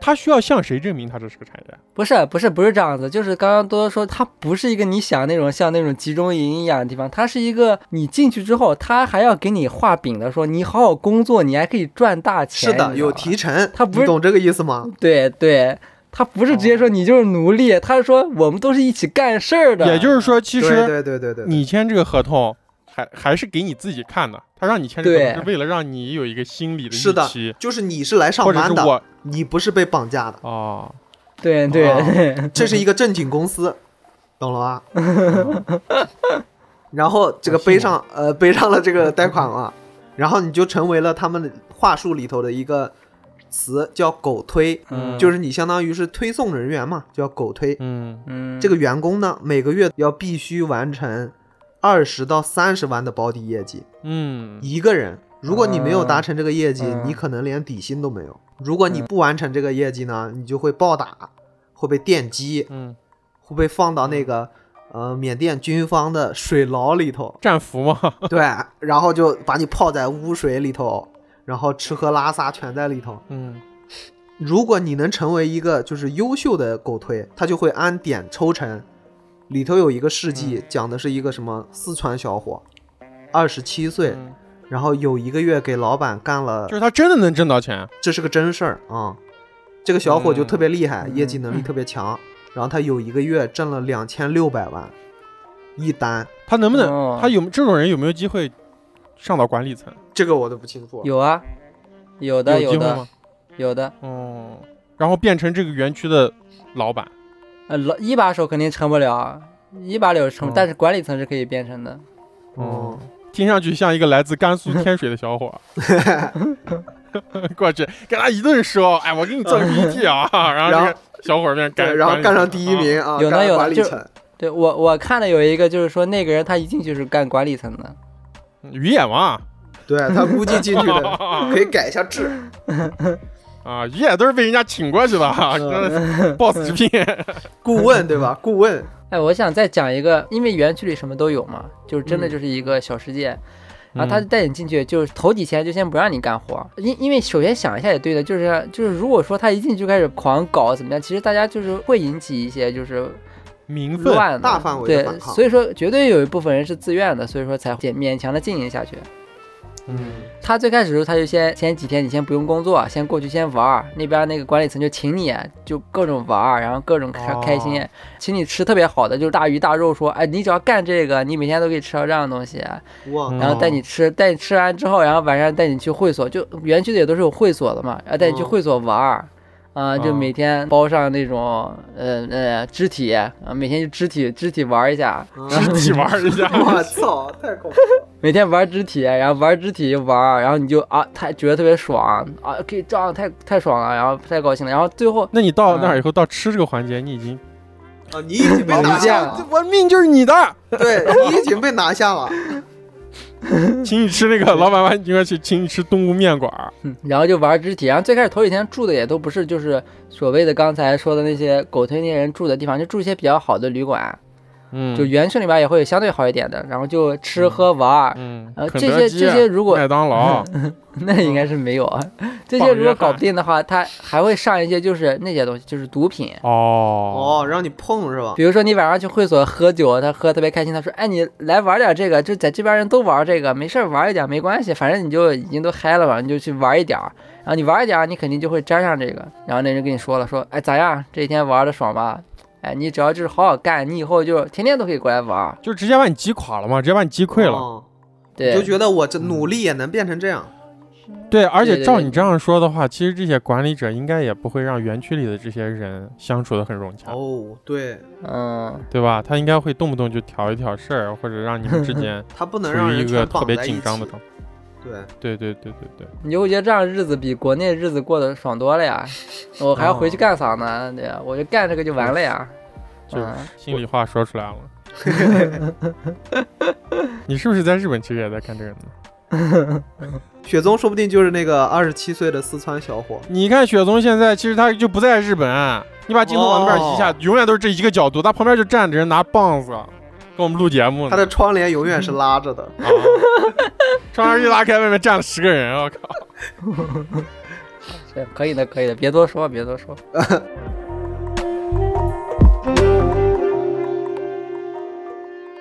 D: 他需要向谁证明他这是个产业？
B: 不是不是不是这样子，就是刚刚多多说，它不是一个你想那种像那种集中营一样的地方，它是一个你进去之后，他还要给你画饼的，说你好好工作，你还可以赚大钱。
C: 是的，
B: 你知道
C: 有
B: 吧
C: 提成。
B: 它不是
C: 你懂这个意思吗？
B: 对对，他不是直接说你就是奴隶，他是说我们都是一起干事儿的。
D: 也就是说，其
C: 对
D: 实
C: 对对对对，
D: 你签这个合同。还还是给你自己看的，他让你签这个合
B: 对
D: 同是为了让你有一个心理的
C: 是
D: 预
C: 的
D: 期，
C: 就是你是来上
D: 或者是
C: 班的，
D: 我
C: 你不是被绑架的，
D: 哦，
B: 对对、
D: 啊
C: 这是一个正经公司，懂了吗？ *laughs* 然后这个
D: 我信
C: 背上呃背上了这个贷款嘛，然后你就成为了他们话术里头的一个词叫狗推，
B: 嗯
C: 就是你相当于是推送人员嘛，叫狗推。
D: 嗯，
B: 嗯，
C: 这个员工呢，每个月要必须完成二十到三十万的保底业绩，
D: 嗯，
C: 一个人。如果你没有达成这个业绩，
B: 嗯
C: 你可能连底薪都没有。如果你不完成这个业绩呢，你就会暴打，会被电击，
D: 嗯，，
C: 会被放到那个呃缅甸军方的水牢里头
D: 战俘嘛，
B: *laughs*
C: 对，然后就把你泡在污水里头，然后吃喝拉撒全在里头。 *laughs*
D: 嗯
C: 如果你能成为一个就是优秀的狗推，他就会按点抽成。里头有一个事迹，讲的是一个什么四川小伙，二十七岁，
D: 嗯
C: 然后有一个月给老板干了
D: 就，是他真的能挣到钱，
C: 这是个真事儿啊、这个小伙就
D: 嗯
C: 特别厉害，
B: 嗯
C: 业绩能力特别强，然后他有一个月挣了两千六百万一单，
D: 他能不能，
B: 哦
D: 他有这种人有没有机会上到管理层？
C: 这个我都不清楚。
B: 有啊，有的
D: 有机会
B: 的
D: 吗？
B: 有的，
D: 哦，然后变成这个园区的老板，
B: 呃，老一把手肯定成不了，啊一把手成，
D: 嗯
B: 但是管理层是可以变成的。
C: 哦，
D: 听上去像一个来自甘肃天水的小伙。 *laughs* 过去给他一顿说，哎，我给你
C: *laughs*
D: 做个 PPT 啊，然
C: 然后
D: 后这个小伙儿变干，
C: 对，然后
D: 管理
C: 干
D: 层
C: 上第一，名啊，
B: 有的
C: 干上
B: 有的
C: 管理
B: 就
C: 层，
B: 对我我看了有一个，就是说那个人他一进去是干管理层的，
D: 啊鱼眼王
C: 对他估计进去 *laughs* 的可以改一下制。
D: 啊，鱼眼都是被人家请过去的啊
C: 嗯
D: 跟，boss
C: *laughs*
D: 直聘，
C: *laughs* 顾问对 *laughs* 吧？顾问，
B: 哎，我想再讲一个，因为园区里什么都有嘛，就是真的
C: 嗯
B: 就是一个小世界。然后他就带你进去，就是头几天就先不让你干活，因因为首先想一下也对的，就是就是如果说他一进去就开始狂搞怎么样，其实大家就是会引起一些就是
D: 名分，
B: 乱的
C: 大范围的
B: 对
C: 反，抗
B: 所以说绝对有一部分人是自愿的，所以说才勉勉强的经营下去。
D: 嗯
B: 他最开始的时候，他就先前几天你先不用工作，先过去先玩儿，那边那个管理层就请你，就各种玩儿，然后各种开
D: 哦
B: 开心，请你吃特别好的，就是大鱼大肉，说，哎，你只要干这个，你每天都可以吃到这样的东西，
C: 哦哇，
D: 嗯
B: 然后带你吃，带你吃完之后，然后晚上带你去会所，就园区里也都是有会所的嘛，然后带你去
C: 嗯
B: 会所玩儿。啊、就
C: 哦
D: 嗯
B: 每天包上那种，呃呃，肢体啊、每天就肢体肢体玩儿一下，
D: 肢体玩儿一
C: *laughs*
D: 下，
C: 我嗯操，太恐怖了！
B: 每天玩肢体，然后玩肢体就玩，然后你就啊，太觉得特别爽啊，可以这样太太爽了，然后太高兴了，然后最后
D: 那你到那儿以后，到吃这个环节，你已经
C: 啊，你已经被
B: 老
C: 拿
B: 一
C: 下
B: 见
C: 了，
B: 了，
D: 我命就是你的，
C: 对你已经被拿下了。
D: *laughs* 请你吃那个老板把你请过去，请你吃东吴面馆儿，
B: 嗯然后就玩肢体，然后最开始头几天住的也都不是就是所谓的刚才说的那些狗推那些人住的地方，就住一些比较好的旅馆，
D: 嗯，
B: 就园区里面也会有相对好一点的，然后就吃喝玩，
D: 嗯，
B: 呃
D: 肯
B: 这
D: 德
B: 些
D: 基
B: 这些如果
D: 麦当劳，
B: *laughs*
D: 啊
B: 那应该是没有啊。这些
D: 棒
B: 如果
D: 约翰
B: 搞不定的话，他还会上一些就是那些东西，就是毒品，
D: 哦
C: 哦，让你碰是吧？
B: 比如说你晚上去会所喝酒，他喝特别开心，他说：“哎，你来玩点这个，就在这边人都玩这个，没事儿玩一点没关系，反正你就已经都嗨了嘛，你就去玩一点儿。然后你玩一点儿，你肯定就会沾上这个。然后那人跟你说了，说：哎，咋样？这一天玩的爽吧？哎，你只要就是好好干，你以后就天天都可以过来玩儿。
D: 就直接把你击垮了嘛，直接把你击溃了。嗯
C: 哦
B: 对，
C: 你就觉得我这努力也能变成这样。
D: 对，而且
B: 对对
D: 照
B: 对
D: 你这样说的话，其实这些管理者应该也不会让园区里的这些人相处的很融洽，
C: 哦，对，
B: 嗯，
D: 对吧？他应该会动不动就挑一挑事儿，或者让你们之间
C: 他不能
D: 处
C: 让
D: 于
C: 人
D: 一个
C: 全
D: 特
C: 绑
D: 别
C: 在一
D: 紧张的
C: 起。
D: 状态。
C: 对，
D: 对对对对对，
B: 你就会觉得这样的日子比国内日子过得爽多了
C: *laughs*
B: 呀。我还要回去
C: 哦
B: 干啥呢？对啊呀，我就干这个就完了呀。
D: 就
B: 嗯
D: 心里话说
C: *laughs*
D: 出来了。你是不是在日本其实也在看这个呢？
C: 雪宗说不定就是那个二十七岁的四川小伙。
D: 你看雪宗现在其实他就不在日本，啊你把镜头往那边移一下，
C: 哦
D: 永远都是这一个角度，他旁边就站着人拿棒子跟我们录节目呢。
C: 他的窗帘永远是拉着的，
D: 啊窗帘一拉开，外面站了十个人，我靠！
B: 是可以的，可以的，别多说，别多说。
C: *laughs*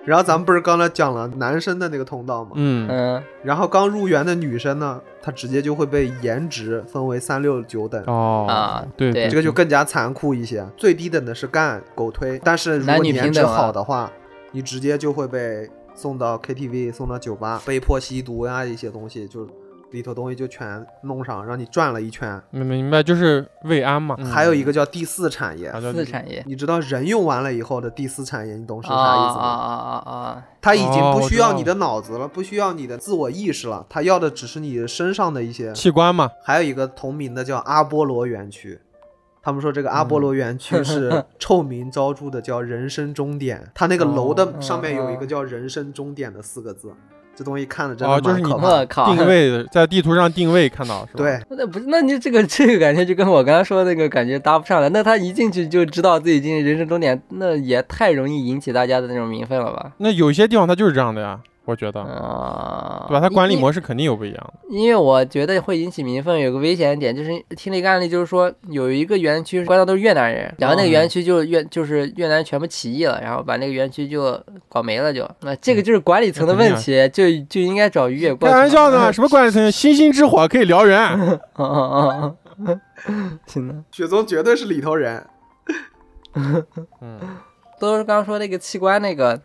C: 然后咱们不是刚才讲了男生的那个通道吗？
D: 嗯，
B: 嗯，
C: 然后刚入园的女生呢，她直接就会被颜值分为三六九等，
D: 哦
B: 啊
D: 对
B: 对
C: 这个就更加残酷一些。最低等的是干狗推，但是如果
B: 男
C: 你
B: 女
C: 颜
B: 平
C: 值
B: 等啊
C: 好的话，你直接就会被送到 KTV，送到酒吧，被迫吸毒呀、一些东西，就里头东西就全弄上，让你转了一圈。
D: 明明白，就是慰安嘛。
B: 嗯
C: 还有一个叫第嗯四产业，
D: 好的
B: 四产业
C: 你知道人用完了以后的第四产业，你懂是
B: 啊
C: 啥意
B: 啊
C: 思
B: 啊
C: 吗？
B: 啊啊啊！
C: 它已经
D: 哦
C: 不
D: 我
C: 需
D: 知
C: 要
D: 道
C: 你的脑子了，不需要你的自我意识了，它要的只是你身上的一些
D: 器官嘛，
C: 还有一个同名的叫阿波罗园区，他们说这个阿波罗园区
D: 嗯 *laughs*
C: 是 *laughs* 臭名昭著的，叫人生终点。它那个楼的
B: 哦
C: 上面有一个
B: 嗯
C: 叫“人生终点”的四个字，这东西看着真
D: 哦
C: 的
D: 就是
C: 蛮
D: 你
C: 可怕的。
B: 我靠，
D: 定位的在地图上定位看到是吧？
C: 对，
B: 那不是，那你这个这个感觉就跟我刚刚说的那个感觉搭不上了。那他一进去就知道自己进人生终点，那也太容易引起大家的那种民愤了吧？
D: 那有些地方它就是这样的呀，我觉得，
B: 啊、
D: 对吧？它管理
B: 因
D: 模式肯定有不一样的。
B: 因为我觉得会引起民愤，有个危险点就是听了一个案例，就是说有一个园区关的都是越南人，然后那个园区就越就是越南全部起义了，然后把那个园区就搞没了就，那这个就是管理层的问题，就就应该找越过
D: 开
B: 去。
D: 玩笑呢，什么管理层？星星之火可以燎
B: *laughs*
D: 原。
B: 哦哦哦哦， *laughs* 行的，
C: 雪宗绝对是里头人，
D: 嗯，
B: 都是刚说那个器官那个，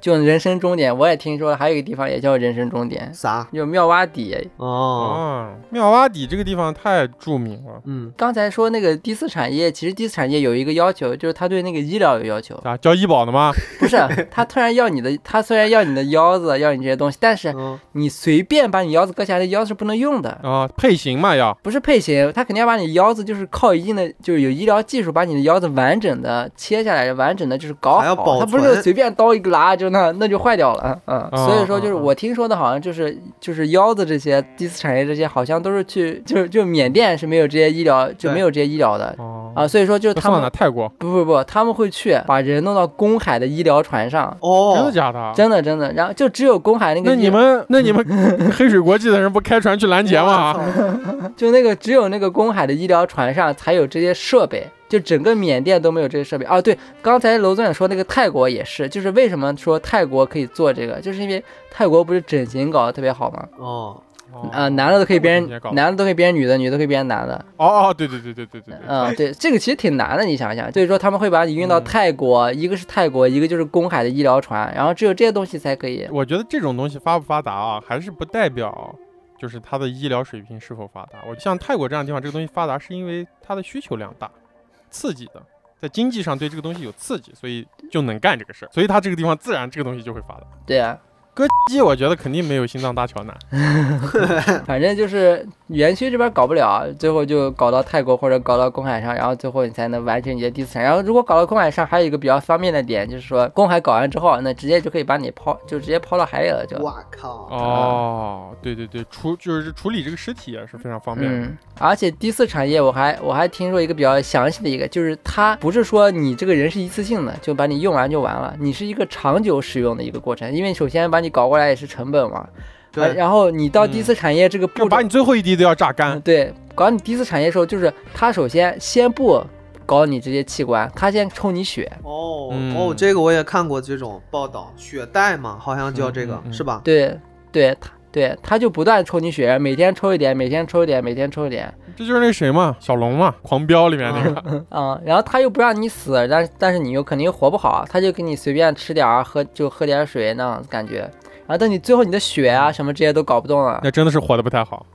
B: 就人生终点，我也听说了，还有一个地方也叫人生终点，
C: 啥？
B: 就妙蛙底。
C: 哦，
D: 哦，妙蛙底这个地方太著名了，
C: 嗯，
B: 刚才说那个第四产业，其实第四产业有一个要求，就是他对那个医疗有要求。
D: 咋交医保
B: *laughs*
D: 的吗？
B: 不是，啊他突然要你的，他虽然要你的腰子，要你这些东西，但是
C: 嗯
B: 你随便把你腰子割下来，腰是不能用的，
D: 啊，配型嘛要。
B: 不是配型，他肯定要把你腰子就是靠一定的，就是有医疗技术把你的腰子完整的切下来，完整的就是搞
C: 还要保
B: 好，他不是
C: 存
B: 随便刀一拉就那那就坏掉了，嗯，
D: 嗯
B: 所以说就是
D: 嗯嗯
B: 我听说的好像就是就是腰子这些第四产业这些好像都是去就是就缅甸是没有这些医疗就
C: 对
B: 没有这些医疗的
D: 哦
B: 啊，，所以说就是
D: 那
B: 他
D: 放哪？
B: 们。哦
D: 泰国？
B: 不不不，他们会去把人弄到公海的医疗船上，
D: 真的
C: 哦，
D: 假的？
B: 真的真的，然后就只有公海那个
D: 那
B: 医，*laughs*
D: 你们那你们黑水国际的啊人不开船去拦截
B: 啊
D: 吗？
C: 我操
B: 就那个只有那个公海的医疗船上才有这些设备，就整个缅甸都没有这些设备。哦，对，刚才楼总也说那个泰国也是，就是为什么说泰国可以做这个，就是因为泰国不是整形搞得特别好吗？
D: *laughs*
C: 哦，
D: 嗯
B: 啊、男的都可以变
D: 哦
B: 人，男的都可以变成女的，女的可以变成男的。
D: 哦哦，对对对对对对对，
B: 嗯、对，这个其实挺难的，你想想，所以说他们会把你运到
D: 嗯
B: 泰国，一个是泰国，一个就是公海的医疗船，然后只有这些东西才可以。
D: 我觉得这种东西发不发达啊，还是不代表就是它的医疗水平是否发达。我像泰国这样的地方，这个东西发达是因为它的需求量大，刺激的，在经济上对这个东西有刺激，所以就能干这个事儿，所以它这个地方自然这个东西就会发达。
B: 对啊，
D: 割鸡，我觉得肯定没有心脏大桥难。
B: 反正就是园区这边搞不了，最后就搞到泰国或者搞到公海上，然后最后你才能完成你的第四产。然后如果搞到公海上，还有一个比较方便的点，就是说公海搞完之后，那直接就可以把你抛，就直接抛到海里了，就。
C: 我靠，
D: 哦，对对对，处就是处理这个尸体也是非常方便的。
B: 嗯，而且第四产业我还我还听说一个比较详细的一个，就是它不是说你这个人是一次性的，就把你用完就完了，你是一个长久使用的一个过程，因为首先把你搞过来也是成本嘛，
D: 哎
B: 呃
C: 对，
B: 然后你到第四产业这个
D: 就
B: 步骤
D: 把你最后一滴都要榨干
B: 嗯，，对，搞你第四产业的时候，就是他首先先不搞你这些器官，他先抽你血。
C: 哦
D: 嗯
C: 哦，这个我也看过这种报道，血袋嘛，好像叫这
D: 嗯
C: 个
D: 嗯嗯
C: 是吧？
B: 对，对，他对他就不断抽你血，每天抽一点，每天抽一点，每天抽一点。
D: 这就是那谁嘛，小龙嘛，《狂飙》里面那个。
B: 嗯，然后他又不让你死，但但是你又肯定活不好，他就给你随便吃点儿，喝就喝点儿水那样子感觉。然后等你最后你的血啊什么这些都搞不动了，
D: 那真的是活得不太好。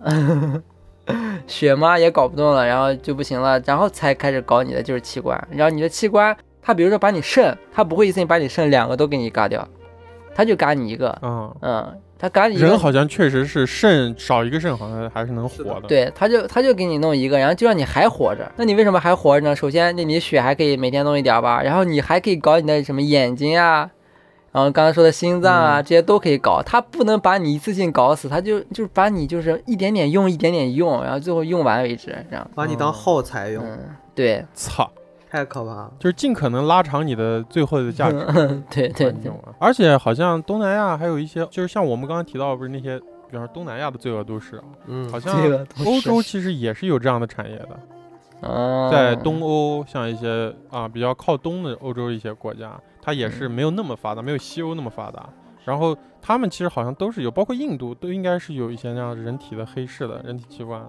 B: 血嘛也搞不动了，然后就不行了，然后才开始搞你的就是器官。然后你的器官，他比如说把你肾，他不会一次性把你肾两个都给你嘎掉，他就嘎你一个，
D: 啊、
B: 嗯，他嘎你一
D: 人
B: 个，
D: 好像确实是肾少一个肾，好像还是能活的。
B: 对，他就他就给你弄一个，然后就让你还活着。那你为什么还活着呢？首先，那你血还可以每天弄一点儿吧，然后你还可以搞你的什么眼睛啊，然后刚才说的心脏
D: 嗯
B: 啊，这些都可以搞。他不能把你一次性搞死，他就就是把你就是一点点用，一点点用，然后最后用完为止，这样。
C: 把你
D: 哦
C: 当耗材用，
B: 嗯，对，
D: 操，
C: 太可怕了。
D: 就是尽可能拉长你的最后的价值。
B: 对嗯 *laughs* 对
D: 观
B: 对
D: 众，啊而且好像东南亚还有一些，就是像我们刚刚提到，不是那些，比方说东南亚的罪恶都市啊，
C: 嗯
D: 好，像
B: 这个都
D: 欧
B: 是
D: 洲其实也是有这样的产业的，
B: 啊，
D: 在东欧，像一些啊比较靠东的欧洲一些国家，它也是
B: 嗯
D: 没有那么发达，没有西欧那么发达。然后他们其实好像都是有，包括印度都应该是有一些那样人体的黑市的人体器官。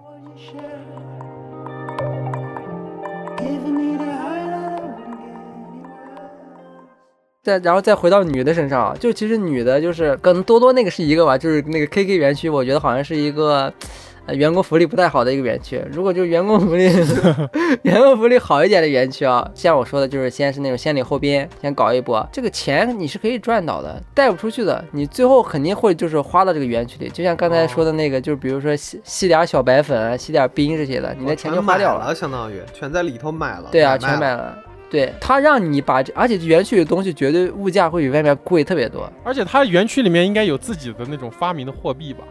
B: 再然后再回到女的身上啊，就其实女的就是跟多多那个是一个吧，就是那个 KK 园区，我觉得好像是一个。呃，员工福利不太好的一个园区，如果就是员工福利， *laughs* 员工福利好一点的园区啊，像我说的，就是先是那种先礼后兵，先搞一波，这个钱你是可以赚到的，带不出去的，你最后肯定会就是花到这个园区里。就像刚才说的那个，就是比如说吸吸点小白粉啊，吸点冰这些的，你的钱就
C: 全
B: 花
C: 买
B: 掉
C: 了，相当于全在里头买了。
B: 对啊，
C: 买
B: 全
C: 卖
B: 买了。对他让你把这，而且园区里的东西绝对物价会比外面贵特别多。
D: 而且它园区里面应该有自己的那种发明的货币吧？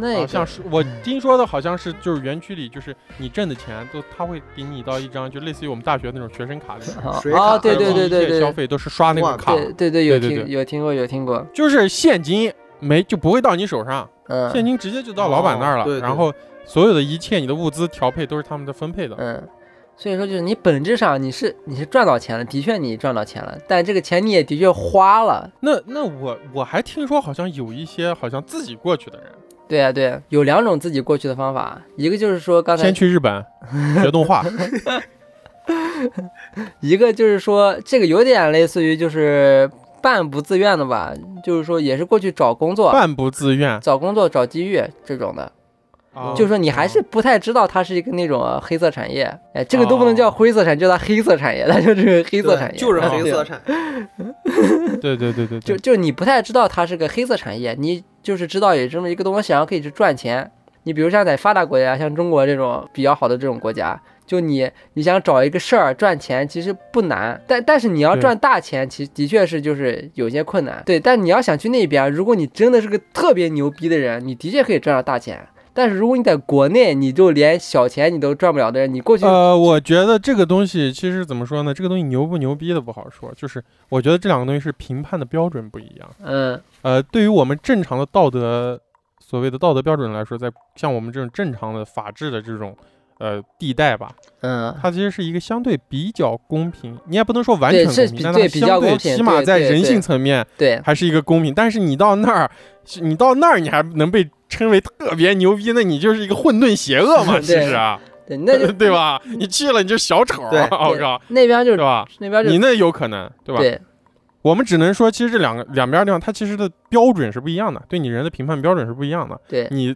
B: 那
D: 好
B: 个
D: 啊像是我听说的，好像是就是园区里就是你挣的钱都他会给你到一张，就类似于我们大学那种学生卡里面。
B: 啊
C: 水
B: 啊，*laughs*
C: 卡
B: 对
D: 还有
B: 对对
D: 一
B: 对
D: 切消
B: 对
D: 费都是刷那
C: 哇
D: 个卡，
B: 对对对，有
D: 对对
B: 听
D: 对
B: 有听过有听过，
D: 就是现金没就不会到你手上，现
B: 嗯
D: 金直接就到老板那儿了。
C: 哦对对
D: 然后所有的一切你的物资调配都是他们的分配的。
B: 嗯，所以说就是你本质上你是你是赚到钱了，的确你赚到钱了，但这个钱你也的确花了。
D: 那那我我还听说好像有一些好像自己过去的人，
B: 对啊对啊，有两种自己过去的方法，一个就是说刚才
D: 先去日本学
B: *laughs*
D: 动画，
B: 一个就是说，这个有点类似于就是半不自愿的吧，就是说也是过去找工作，
D: 半不自愿，
B: 找工作找机遇这种的，
C: 哦
D: 啊
B: 就是说你还是不太知道它是一个那种呃黑色产业，哎，这个都不能叫灰色产业，叫它黑色产业，它就是个黑色
C: 哦对
B: 产业，
C: 就是
B: 啊
C: 黑
B: 对
C: 色产业。
D: 对对对对
B: 就
D: 对，
B: 就你不太知道它是个黑色产业，你就是知道有这么一个东西，然后可以去赚钱。你比如像在发达国家，像中国这种比较好的这种国家，就你你想找一个事儿赚钱，其实不难，但但是你要
D: 对
B: 赚大钱，其实的确是就是有些困难。对，但你要想去那边，如果你真的是个特别牛逼的人，你的确可以赚到大钱。但是如果你在国内，你就连小钱你都赚不了的人，你过去，
D: 呃，我觉得这个东西其实怎么说呢？这个东西牛不牛逼的不好说，就是我觉得这两个东西是评判的标准不一样。
B: 嗯
D: 呃，对于我们正常的道德，所谓的道德标准来说，在像我们这种正常的法治的这种呃地带吧，
B: 嗯，
D: 它其实是一个相对比较公平，你也不能说完
B: 对
D: 全公
B: 是
D: 平
B: 比，
D: 但
B: 对
D: 它
B: 比
D: 相
B: 较
D: 对
B: 公平
D: 起码
B: 对
D: 在
B: 对
D: 人
B: 对
D: 性层面
B: 对，
D: 还是一个公平。但是你到那儿，是你到那儿你还能被称为特别牛逼，那你就是一个混沌邪恶嘛，
B: *laughs* 对
D: 其实啊，
B: 对，那 *laughs* 就
D: 对吧？你去了你就小丑啊，
C: 对
D: *laughs* 我靠，
B: 那边就
D: 对
B: 是
D: 吧？
B: 那边就
D: 你
B: 是
D: 那有可能，对吧？
B: 对，
D: 我们只能说，其实这两个两边儿地方，它其实的标准是不一样的，对你人的评判标准是不一样的。
B: 对
D: 你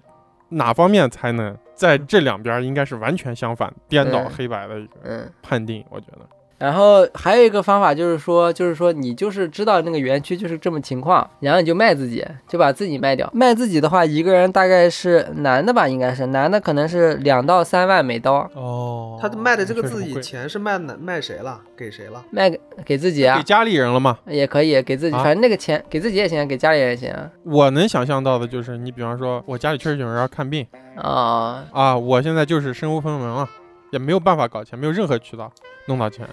D: 哪方面才能在这两边儿应该是完全相反、颠倒
B: 嗯
D: 黑白的一个
B: 嗯。
D: 判定？我觉得，
B: 然后还有一个方法就是说，就是说你就是知道那个园区就是这么情况，然后你就卖自己，就把自己卖掉。卖自己的话，一个人大概是男的吧，应该是男的，可能是两到三万美刀，
D: 哦
C: 他卖的这个自己钱是卖哪卖谁了？给谁了？
B: 卖给给自己
D: 给
B: 啊，
D: 家里人了嘛？
B: 也可以给自己，
D: 啊
B: 反正那个钱给自己也行，给家里人也行啊
D: 我能想象到的就是，你比方说，我家里确实有人要看病
B: 啊。
D: 啊，我现在就是身无分文了，也没有办法搞钱，没有任何渠道弄到钱，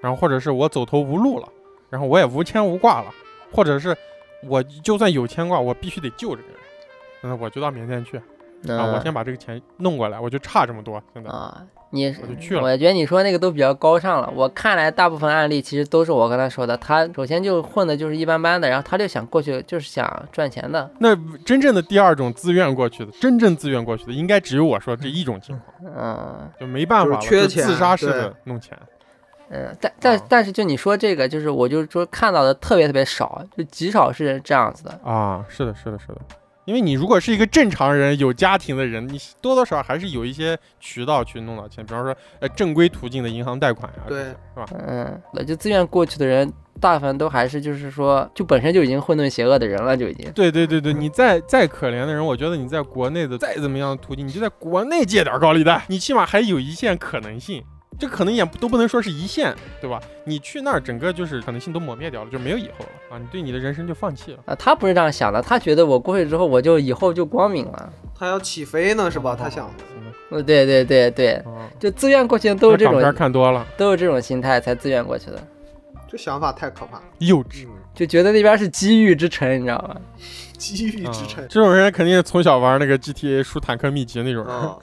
D: 然后或者是我走投无路了，然后我也无牵无挂了，或者是我就算有牵挂，我必须得救这个人，那我就到缅甸去啊，我
B: 嗯
D: 先把这个钱弄过来，我就差这么多，现在
C: 嗯
B: 啊，你
D: 我就去了
B: 我觉得你说那个都比较高尚了。我看来大部分案例其实都是我刚才说的，他首先就混的就是一般般的，然后他就想过去就是想赚钱的，
D: 那真正的第二种自愿过去的，真正自愿过去的，应该只有我说这一种情况，
B: 嗯。
D: 就没办法了，
C: 就是缺
D: 就
C: 钱
D: 自杀式
C: 对
D: 的弄钱。
B: 嗯，但但
D: 啊
B: 但是就你说这个，就是我就是说看到的特别特别少，就极少是这样子的。
D: 啊，是的，是的，是的，因为你如果是一个正常人、有家庭的人，你多多少少还是有一些渠道去弄到钱，比方说呃正规途径的银行贷款呀、这
C: 对
D: 些是吧？
B: 嗯，就自愿过去的人大部分都还是就是说，就本身就已经混沌邪恶的人了，就已经。
D: 对对对对，你再再可怜的人，我觉得你在国内的再怎么样的途径，你就在国内借点高利贷，你起码还有一线可能性。这可能也都不能说是一线，对吧？你去那儿，整个就是可能性都抹灭掉了，就没有以后了啊！你对你的人生就放弃了。
B: 啊，他不是这样想的，他觉得我过去之后，我就以后就光明了。
C: 他要起飞呢，是吧？他想，
B: 呃，对对对对，
D: 啊，
B: 就自愿过去的都是这
D: 那港片
B: 种，
D: 看多了，
B: 都是这种心态才自愿过去的，
C: 这想法太可怕。
D: 幼稚。
C: 嗯，
B: 就觉得那边是机遇之城，你知道吗？
C: *laughs* 机遇
D: 啊
C: 之城。
D: 这种人肯定是从小玩那个 GTA 输坦克秘籍那种人。
C: 啊，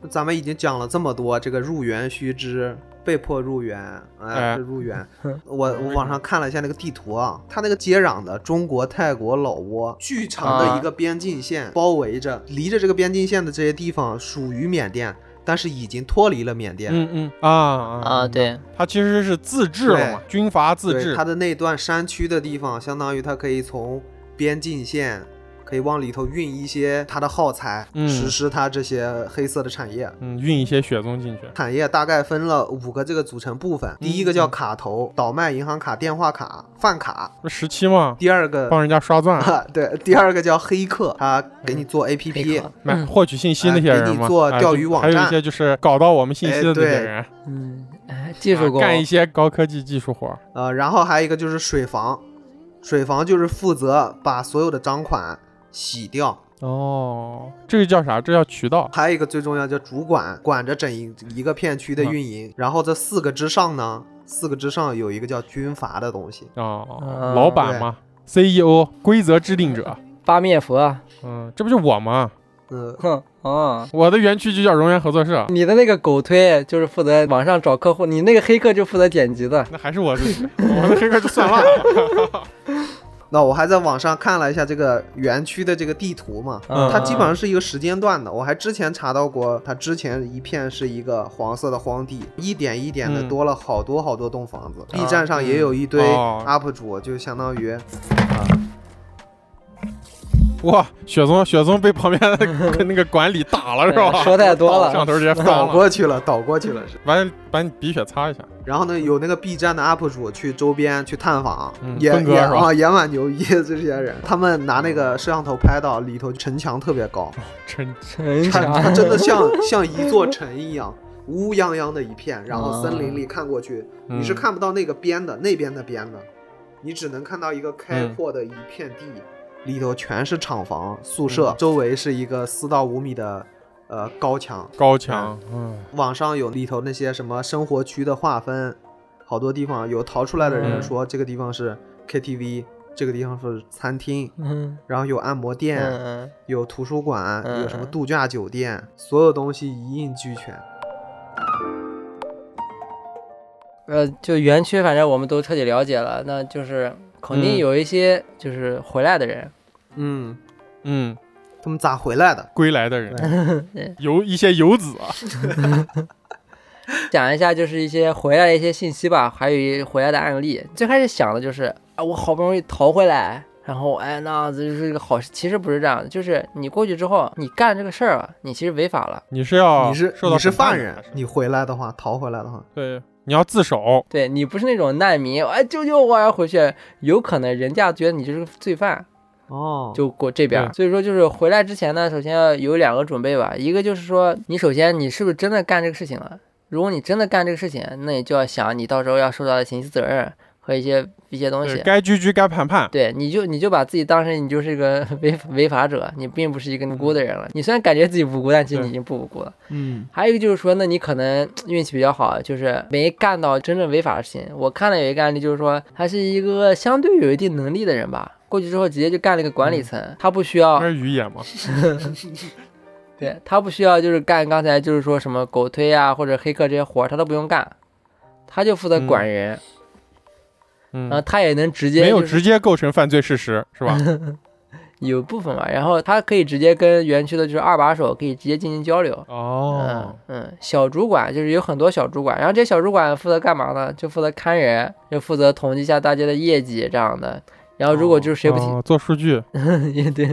C: 那 *laughs* 咱们已经讲了这么多，这个入园须知，被迫入园，哎，
D: 哎
C: 这入园。我我网上看了一下那个地图啊，它那个接壤的中国、泰国、老挝，巨长的一
D: 啊
C: 个边境线包围着，离着这个边境线的这些地方属于缅甸，但是已经脱离了缅甸。
D: 嗯嗯啊
B: 啊，
D: 啊！
B: 对，
D: 他其实是自治了嘛，军阀自
C: 对，
D: 治
C: 它。的那段山区的地方，相当于它可以从边境线，可以往里头运一些它的耗材，
D: 嗯
C: 实施它这些黑色的产业。
D: 嗯，运一些雪宗进去。
C: 产业大概分了五个这个组成部分，第一个叫卡头，倒卖银行卡、电话卡、饭卡；
D: 不十七嘛，
C: 第二个，
D: 帮人家刷钻、
C: 啊 *laughs* 对，第二个叫黑客，他给你做 APP，、
B: 黑客
D: 买获取信息
C: 哎
D: 那些
C: 给
D: 人
C: 你
D: 嘛，
C: 做
D: 哎
C: 钓
D: 就
C: 鱼网
D: 还有一
C: 站
D: 些就是搞到我们信息的
C: 哎
D: 那些
C: 对
D: 人，啊
B: 嗯，哎，技术工，
D: 干一些高科技技术活儿。
C: 呃，然后还有一个就是水房，水房就是负责把所有的赃款洗掉，
D: 哦，这个叫啥？这叫渠道。
C: 还有一个最重要叫主管，管着整一一个片区的运
D: 嗯
C: 营。然后这四个之上呢，四个之上有一个叫军阀的东西。
D: 哦，
C: 啊
B: 嗯
D: 老板嘛，CEO，规则制定者，
B: 八面佛，
D: 嗯，这不就我吗？
C: 嗯，
B: 哼，哦。
D: 我的园区就叫荣源合作社，
B: 你的那个狗推就是负责网上找客户，你那个黑客就负责剪辑的。
D: 那还是我自己，我的黑客就算了。
C: 那我还在网上看了一下这个园区的这个地图嘛，
D: 嗯
C: 它基本上是一个时间段的。我还之前查到过，它之前一片是一个黄色的荒地，一点一点的
D: 嗯
C: 多了好多好多栋房子。
B: 啊
C: B 站上也有一堆
D: 嗯哦
C: UP 主，就相当
D: *laughs*
C: 于
D: 哇，雪松，雪松被旁边
C: *laughs*
D: 的那个管理打了是
B: 哎
D: 吧？
B: 说太多
D: 摄像
B: 了，
D: 头直
C: 倒
D: 接翻了，
C: 过去了，倒过去了是。
D: 把把你鼻血
C: *laughs*
D: 擦一下。
C: 然后呢，有那个 B 站的 UP 主去周边去探访，
D: 嗯
C: 也
D: 峰哥
C: 也
D: 是吧
C: 啊 *laughs* 也蛮牛逼的这些人，他们拿那个摄像头拍到里头城墙特别高，
D: 嗯真
B: 陈
C: 它
B: 翔
C: 它真的
D: *laughs*
C: 像像一座城一样。乌泱泱的一片，然后森林里看过去，
D: 啊嗯
C: 你是看不到那个边的那边的边的，你只能看到一个开阔的一片地，里头全是厂房、宿舍，
D: 嗯
C: 周围是一个四到五米的呃高墙，
D: 高强，嗯，
C: 网上有里头那些什么生活区的划分，好多地方有逃出来的人
D: 嗯
C: 说这个地方是 KTV，、这个地方是餐厅，
B: 嗯
C: 然后有按摩店，
B: 嗯
C: 有图书馆，
B: 嗯
C: 有什么度假酒店，所有东西一应俱全。
B: 呃，就园区，反正我们都彻底了解了，那就是肯定
D: 嗯
B: 有一些就是回来的人，
C: 嗯，
D: 嗯，
C: 他们咋回来的？
D: 归来的人，
B: *laughs*
D: 游一些游子
C: *laughs*
D: 啊，
B: 讲一下就是一些回来的一些信息吧，还有一回来的案例。最开始想的就是啊，我好不容易逃回来，然后哎，那这就是一个好事。其实不是这样的，就是你过去之后，你干这个事儿啊，你其实违法了，
D: 你是要
C: 你是
D: 哦受到
C: 你是
D: 审判
C: 犯
D: 的
C: 人
D: 还是，
C: 你回来的话，逃回来的话，
D: 对，你要自首，
B: 对你不是那种难民，哎，救救我，要回去，有可能人家觉得你就是个罪犯，
C: 哦，
B: 就过这边儿。
D: 对
B: 所以说，就是回来之前呢，首先要有两个准备吧，一个就是说，你首先你是不是真的干这个事情了？如果你真的干这个事情，那你就要想你到时候要受到的刑事责任和一些一些东
D: 对
B: 西。
D: 该拘拘，该判判，
B: 对，你就你就把自己当成你就是一个 *laughs* 违违法者，你并不是一个无辜的人了。你虽然感觉自己无辜，但其实你
D: 嗯对
B: 已经不无辜了。
C: 嗯
B: 还有一个就是说，那你可能运气比较好，就是没干到真正违法的事情。我看了有一个案例，就是说他是一个相对有一定能力的人吧，过去之后直接就干了一个管理层，
D: 嗯
B: 他不需要
D: 那是于野
B: *laughs*
D: 嘛，
B: 对他不需要就是干刚才就是说什么狗推啊或者黑客这些活儿，他都不用干，他就负责管人，
D: 嗯
B: 然后，他也能直接、
D: 没有
B: 就是
D: 直接构成犯罪事实，
C: *laughs*
D: 是吧？
B: 有部分嘛，然后他可以直接跟园区的就是二把手可以直接进行交流。
D: 哦，
B: 嗯嗯，小主管就是有很多小主管，然后这些小主管负责干嘛呢？就负责看人，就负责统计一下大家的业绩这样的，然后如果就是谁不听，
D: 啊做数据，
B: *laughs* 也对，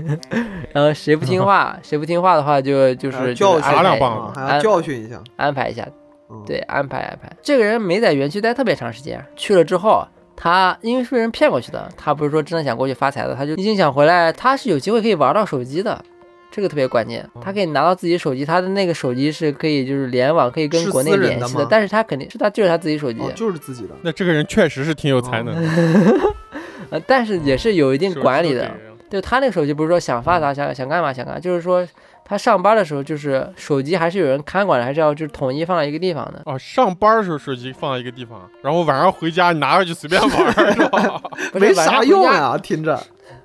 B: 然后谁不听话，谁不听话的话就就
C: 还要
B: 是
C: 教
B: 就是
C: 训
D: 打
B: 安
D: 两
B: 排
D: 棒
C: 啊
D: 子
C: 还要教训一下。
B: 安排一下，
C: 嗯，
B: 对，安排安排。这个人没在园区待特别长时间，去了之后，他因为是被人骗过去的，他不是说真的想过去发财的，他就一心想回来，他是有机会可以玩到手机的。这个特别关键，
C: 嗯
B: 他可以拿到自己手机，他的那个手机是可以就是联网，可以跟
C: 是
B: 国内
C: 私人
B: 联
C: 的
B: 系的，
C: 吗
B: 但是他肯定是他就是他自己手机，
C: 哦，就是自己的。
D: 那这个人确实是挺有才能的，
B: 呃，但是也是嗯有一定
D: 手
B: 管
D: 机
B: 理
D: 都
B: 的
D: 给，人了
B: 就他那个手机不是说想发
C: 嗯
B: 啥想想干嘛想干嘛，就是说他上班的时候，就是手机还是有人看管的，还是要就是统一放在一个地方的。
D: 哦，上班的时候手机放在一个地方，然后晚上回家你拿回去随便
B: *laughs*
D: 玩儿，是吧？
B: 不是
C: 没
B: 晚上
C: 啥
B: 回
C: 用啊
B: 家
C: 呀、听着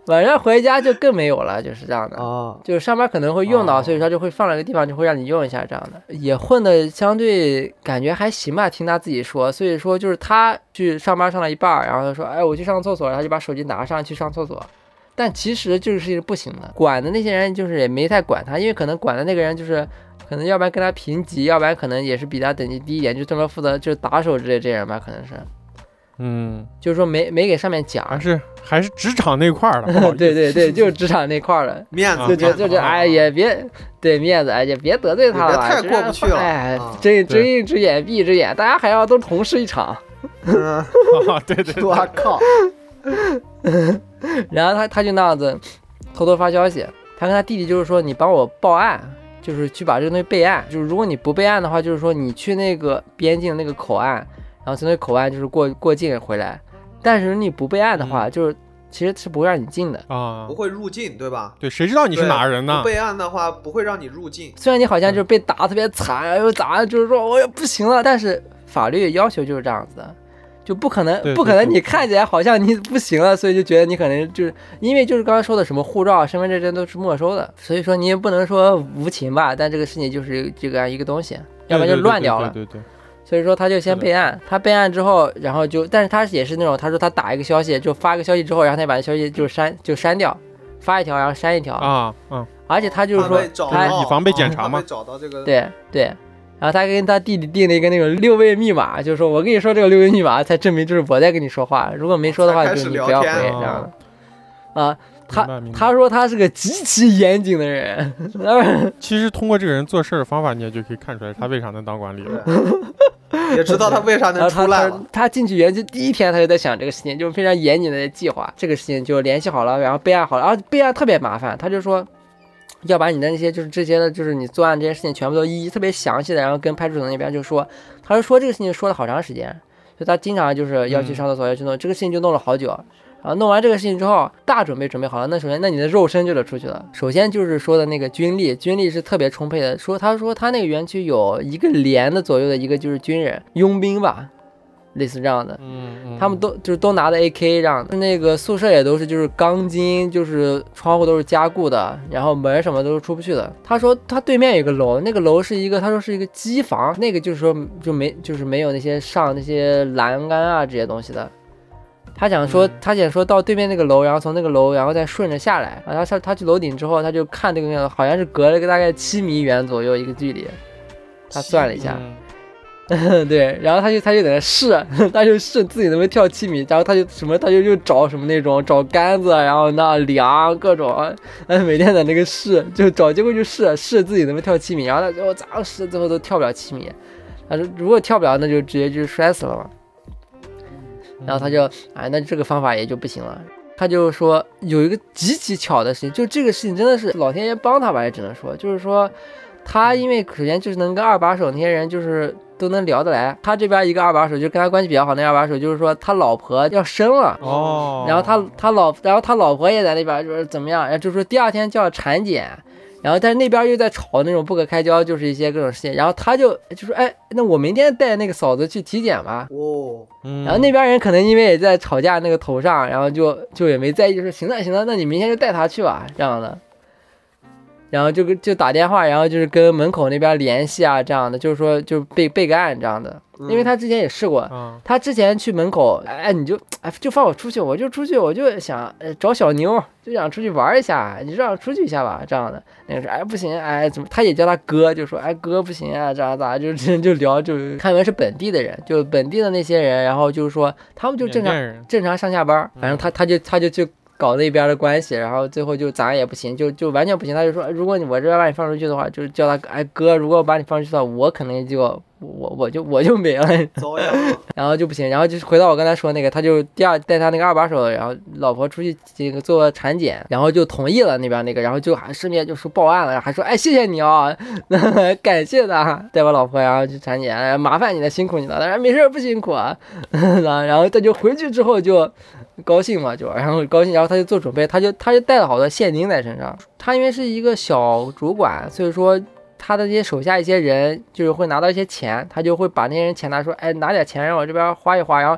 B: 晚上回家就更没有了，就是这样的。
C: 啊，
B: 就是上班可能会用到，
D: 哦
B: 所以说就会放了一个地方，就会让你用一下这样的，也混的相对感觉还行吧，听他自己说。所以说就是他去上班上了一半儿，然后他说，哎，我去上厕所，然后就把手机拿上去上厕所。但其实这个事情是不行的，管的那些人就是也没太管他，因为可能管的那个人就是可能要不然跟他平级，要不然可能也是比他等级低一点，就专门负责就是打手之类这些人吧，可能是，
D: 嗯，
B: 就是说没没给上面讲，
D: *laughs* 还是还是职场那块儿的，不好意思
B: *laughs* 对对 *laughs* 对，就是职场那块儿的，
C: 面
D: 啊
C: 子
B: 就觉
C: 面子，
B: 得就觉得哎也别对面子，哎也别得罪他
C: 也
B: 了，
C: 别太
B: 这
C: 过不去了
B: 哎
C: 啊，
B: 睁睁
D: 对
B: 一只眼闭一只眼，大家还要都同事一场。
C: 嗯，
D: 啊对对
C: *laughs*
D: 对，
C: 我靠，
B: 然后他他就那样子偷偷发消息，他跟他弟弟就是说你帮我报案，就是去把这个东西备案，就是如果你不备案的话，就是说你去那个边境那个口岸，然后从那口岸就是过过境回来，但是你不备案的
D: 嗯
B: 话，就是其实是不会让你进的。
D: 啊
C: 不，会入境对吧？
D: 对，谁知道你是
C: 对
D: 哪儿人呢
C: 不？备案的话不会让你入境。
B: 虽然你好
D: 嗯
B: 像就是被打得特别惨，然后咋就是说我也不行了，但是法律要求就是这样子的，就不可能
D: 对
B: 不可能
D: 对
B: 你看起来好像你不行了，所以就觉得你可能就是因为就是刚刚说的什么护照、啊身份证这都是没收的，所以说你也不能说无情吧，但这个事情就是这个样一个东西，要不然
D: 对
B: 就
D: 对
B: 乱
D: 对
B: 掉
D: 对
B: 了。
D: 对对，
B: 所以说他就先
D: 是的
B: 备案，他备案之后，然后就，但是他也是那种，他说他打一个消息，就发一个消息之后，然后他就把那消息就删就删掉，发一条然后删一条，
D: 啊啊，
B: 而且他就是说
C: 怕被找
B: 他
C: 到
D: 以防被检查
C: 怕
D: 嘛
C: 被找到这个
B: 对对，然后他跟他弟弟定了一个那种六位密码，就是说我跟你说这个六位密码，才证明就是我在跟你说话，如果没说的话，
C: 才开
B: 就
C: 始
B: 是你
C: 聊
B: 不要回
C: 天
B: 这
D: 啊
B: 样的。啊，
D: 明白
B: 他
D: 明白
B: 他说他是个极其严谨的人，
D: 其实通过这个人做事儿的方法，你也就可以看出来他为啥能当管理了。
C: 对也知道他为啥
B: 然后他
C: 能出来
B: 他
C: 了。
B: 他进去园区第一天他就在想这个事情，就是非常严谨的在计划这个事情，就联系好了，然后备案好了，然后备案特别麻烦，他就说。要把你的那些就是这些的，就是你作案这些事情全部都一一特别详细的，然后跟派出所那边就说，他就说这个事情说了好长时间，就他经常就是要去
D: 嗯
B: 上厕所，要去弄这个事情就弄了好久。然后弄完这个事情之后，大准备准备好了，那首先那你的肉身就得出去了。首先就是说的那个军力，军力是特别充沛的。说他说他那个园区有一个连的左右的一个就是军人佣兵吧，类似这样的，
D: 嗯，嗯
B: 他们都就是都拿的 AK 这样的。那个宿舍也都是就是钢筋，就是窗户都是加固的，然后门什么都是出不去的。他说他对面有个楼，那个楼是一个他说是一个机房，那个就是说就没就是没有那些上那些栏杆啊这些东西的。他想说
D: 嗯，
B: 他想说到对面那个楼，然后从那个楼，然后再顺着下来。然后他上他去楼顶之后，他就看那个好像是隔了个大概七米远左右一个距离，他算了一下，*laughs*
D: 嗯
B: 对，然后他就他就在那试， *laughs* 他就试自己能不能跳七米，然后他就什么他就又找什么那种找杆子，啊然后那量各种，哎，每天在那个试，就找结果就试试自己能不能跳七米，然后他最后咋试最后都跳不了七米，他说如果跳不了那就直接就摔死了嘛，然后他就哎那这个方法也就不行了。他就说有一个极其巧的事情，就这个事情真的是老天爷帮他吧，也只能说，就是说他因为首先就是能跟二把手那些人就是都能聊得来，他这边一个二把手就跟他关系比较好，那二把手就是说他老婆要生了。
D: 哦，
B: 然后他他老，然后他老婆也在那边，就是怎么样，然后就说第二天就要产检，然后但是那边又在吵那种不可开交，就是一些各种事情，然后他就就说，哎，那我明天带那个嫂子去体检吧，
C: 哦，
D: 嗯，
B: 然后那边人可能因为也在吵架那个头上，然后就就也没在意，就说行了行了，那你明天就带他去吧，这样的。然后就跟就打电话，然后就是跟门口那边联系啊，这样的，就是说就备备个案这样的。
C: 嗯
B: 因为他之前也试过，
D: 啊，
B: 他之前去门口，哎，你就哎就放我出去，我就出去，我就想呃找小妞，就想出去玩一下，你就让我出去一下吧，这样的。那个说哎不行，哎怎么？他也叫他哥，就说哎哥不行啊，这样咋就就就聊就看门是本地的人，就本地的那些人，然后就是说他们就正常
D: 缅甸人
B: 正常上下班儿，反正他他就他就去搞那边的关系，然后最后就咋也不行，就就完全不行。他就说，如果你我这边把你放出去的话，就是叫他哎哥，如果我把你放出去的话，我可能就我我就我就没了，
C: 走呀，
D: *laughs*
B: 然后就不行。然后就是回到我刚才说那个，他就第二带他那个二把手，然后老婆出去这个做产检，然后就同意了那边那个，然后就还顺便就说报案了，还说哎谢谢你啊、哦， *laughs* 感谢他带我老婆然后去产检，哎麻烦你了，辛苦你了。他说没事儿不辛苦 *laughs* 啊，然后他就回去之后就高兴嘛，就然后高兴，然后他就做准备，他就他就带了好多现金在身上。他因为是一个小主管，所以说他的这些手下一些人就是会拿到一些钱，他就会把那些人钱拿出，哎，拿点钱让我这边花一花，然后。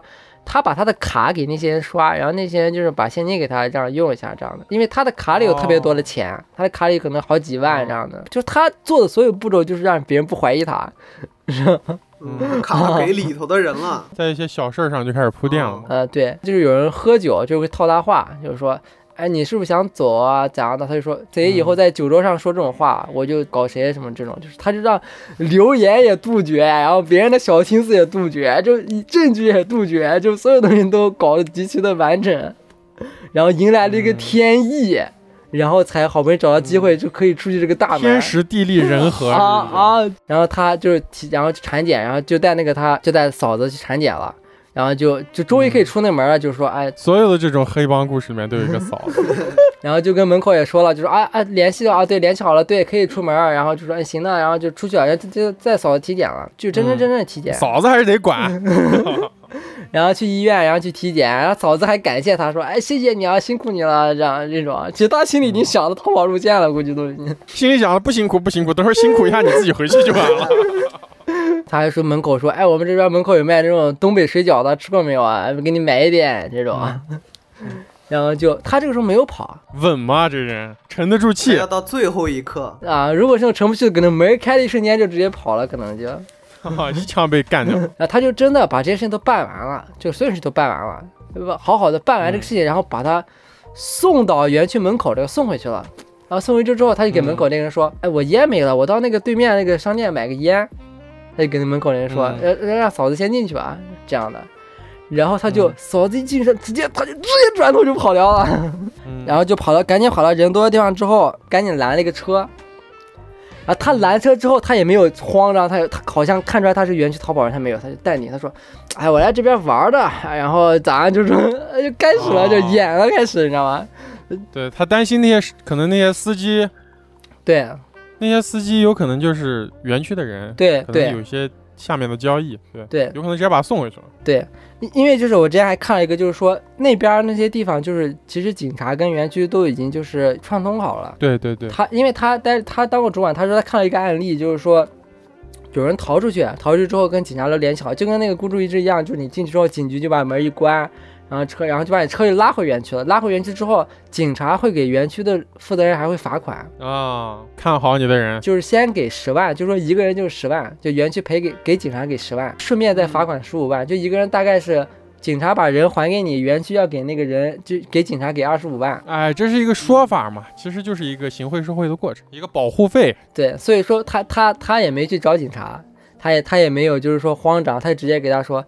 B: 他把他的卡给那些人刷，然后那些人就是把现金给他，这样用一下这样的。因为他的卡里有特别多的钱，他的卡里可能好几万这样的。就是他做的所有步骤，就是让别人不怀疑他。
D: 嗯
C: 卡给里头的人了，
D: 在一些小事儿上就开始铺垫了
C: 哦。
B: 呃，对，就是有人喝酒就会套他话，就是说，哎，你是不是想走啊？咋样的？他就说，贼
D: 嗯
B: 以后在酒桌上说这种话，我就搞谁什么这种，就是他就让流言也杜绝，然后别人的小心思也杜绝，就以证据也杜绝，就所有东西都搞得极其的完整，然后迎来了一个
D: 嗯
B: 天意，然后才好不容易找到机会就可以出去这个大门。
D: 天时地利人和，
B: 啊啊！然后他就是提，然后去产检，然后就带那个他就带嫂子去产检了，然后就就终于可以出那门了，就说哎，
D: 所有的这种黑帮故事里面都有一个嫂子，
B: 然后就跟门口也说了，就说啊啊联系了啊，对，联系好了，对，可以出门儿，然后就说、哎、行那，然后就出去了，然后就就再嫂子体检了，就真真正正的体检，
D: 嫂子还是得管。 *laughs*
B: 然后去医院，然后去体检，然后嫂子还感谢他说，哎，谢谢你啊，辛苦你了，这样这种，其实他心里已经想着淘宝入店了，估计都已经。
D: 心里想了不辛苦不辛苦，等会儿辛苦一下你自己回去就完 *laughs* 了。
B: 他还说门口说，哎，我们这边门口有卖那种东北水饺的，吃过没有啊？给你买一点这种。然后就他这个时候没有跑
D: 稳吗？这人沉得住
C: 还
D: *laughs* 气
C: 要。到最后一刻，
B: 啊，如果是那种沉不去的，可能门开的一瞬间就直接跑了，可能就，
D: 啊，一枪被干掉。
B: 啊，他就真的把这些事情都办完了，就所有事情都办完了，对吧？好好的办
D: 嗯
B: 完这个事情，然后把他送到园区门口，这个送回去了。然后送回去之后，他就给门
D: 嗯
B: 口那个人说：“哎，我烟没了，我到那个对面那个商店买个烟。”他就跟门口那人说：“
D: 嗯
B: 呃，让嫂子先进去吧。”这样的。然后他就、
D: 嗯
B: 嫂子一进去，直接他就直接转头就跑掉了。
D: *laughs* 嗯
B: 然后就跑到赶紧跑到人多的地方之后，赶紧拦了一个车。然后他拦车之后，他也没有慌张，他他好像看出来他是园区淘宝人，他没有，他就淡定。他说：“哎，我来这边玩的，哎然后咋就是哎就开始了，就
D: 哦
B: 演了，开始，你知道吗？
D: 对他担心那些可能那些司机，
B: 对
D: 那些司机有可能就是园区的人，
B: 对
D: 可能
B: 对
D: 有一些下面的交易，对，
B: 对
D: 有可能直接把他送回去了。
B: 对，因因为就是我之前还看了一个，就是说那边那些地方，就是其实警察跟园区都已经就是串通好了。
D: 对对对，
B: 他因为他但是他当过主管，他说他看了一个案例，就是说有人逃出去，逃出去之后跟警察都联系好，就跟那个孤注一掷一样，就是你进去之后，警局就把门一关，然后车，然后就把你车就拉回园区了。拉回园区之后，警察会给园区的负责人还会罚款，
D: 啊，看好你的人，
B: 就是先给十万，就说一个人就是十万，就园区赔给给警察给十万，顺便再罚款十五万，就一个人大概是警察把人还给你，园区要给那个人就给警察给二十五万。
D: 哎，这是一个说法嘛，其实就是一个行贿受贿的过程，一个保护费。
B: 对，所以说他他他也没去找警察，他也他也没有就是说慌张，他直接给他说，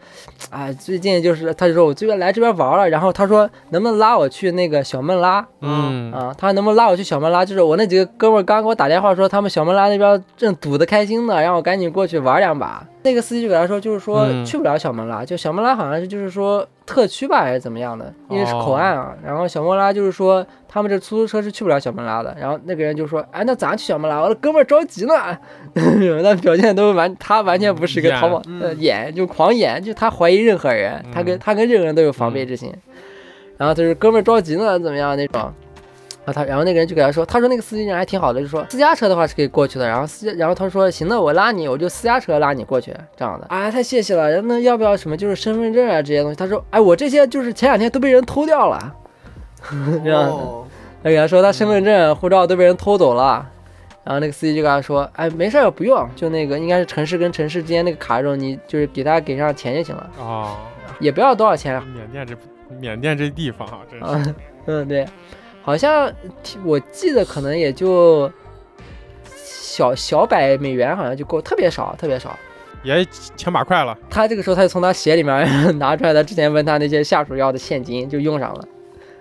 B: 啊，最近就是他就说我最近来这边玩了，然后他说能不能拉我去那个小孟拉
D: 嗯，
B: 啊？他说能不能拉我去小孟拉？就是我那几个哥们儿刚给我打电话说他们小孟拉那边正赌得开心呢，让我赶紧过去玩两把。那个司机就给他说，就是说
D: 嗯
B: 去不了小孟拉，就小孟拉好像是就是说特区吧还是怎么样的，因为是口
D: 哦
B: 岸啊。然后小孟拉就是说他们这出租车是去不了小孟拉的。然后那个人就说：“哎，那咱去小孟拉，我的哥们儿着急呢。” *laughs* 那表现都完，他完全不是一个
D: 演
B: 淘宝
C: 嗯
B: 呃演，就狂演，就他怀疑任何人，他跟他跟任何人都有防备之心。然后他说：“哥们儿着急呢，怎么样那种。”然后他，然后那个人就给他说，他说那个司机人还挺好的，就说私家车的话是可以过去的。然后私，然后他说行，那我拉你，我就私家车拉你过去这样的。啊，太谢谢了。那要不要什么就是身份证啊这些东西？他说，哎，我这些就是前两天都被人偷掉 *laughs* 了。这样的
C: 哦，
B: 哎他给他说他身份证、护照都被人偷走了，然后那个司机就跟他说，哎，没事儿，不用，就那个应该是城市跟城市之间那个卡肉，你就是给他给上钱就行了，
D: 啊，
B: 也不要多少钱，
D: 缅甸这缅甸这地方啊，真是
B: 啊， *laughs* 嗯，对，好像听我记得可能也就小小百美元，好像就够，特别少，特别少。
D: 也千把块了。
B: 他这个时候，他就从他鞋里面 *laughs* 拿出来他之前问他那些下属要的现金，就用上了，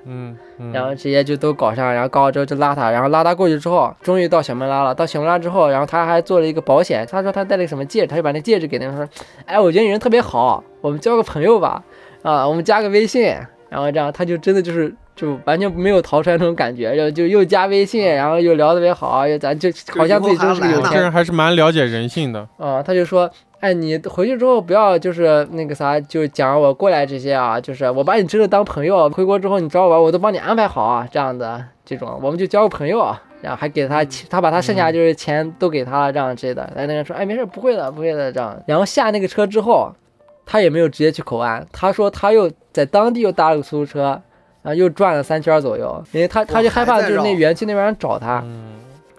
D: 嗯，嗯
B: 然后直接就都搞上，然后搞好之后就拉他，然后拉他过去之后，终于到小曼拉了。到小曼拉之后，然后他还做了一个保险，他说他戴了个什么戒指，他就把那戒指给那个人说，哎，我觉得你人特别好，我们交个朋友吧，啊，我们加个微信，然后这样他就真的就是就完全没有逃出来那种感觉，然后就又加微信，然后又聊得特别好，又咱就好像自己真是个有
D: 这
B: 钱人
D: 人还是蛮了解人性的。
B: 啊、他就说，哎，你回去之后不要就是那个啥，就讲我过来这些啊，就是我把你真的当朋友，回国之后你找我玩，我都帮你安排好啊，这样的这种，我们就交个朋友啊。然后还给他钱，他把他剩下就是钱都给他了，这样之类的。然后那个人说，哎，没事，不会的，不会的，这样。然后下那个车之后，他也没有直接去口岸，他说他又在当地又搭了个出租车，然后又转了三圈左右，因为他他就害怕就是那园区那边人找他，
D: 嗯，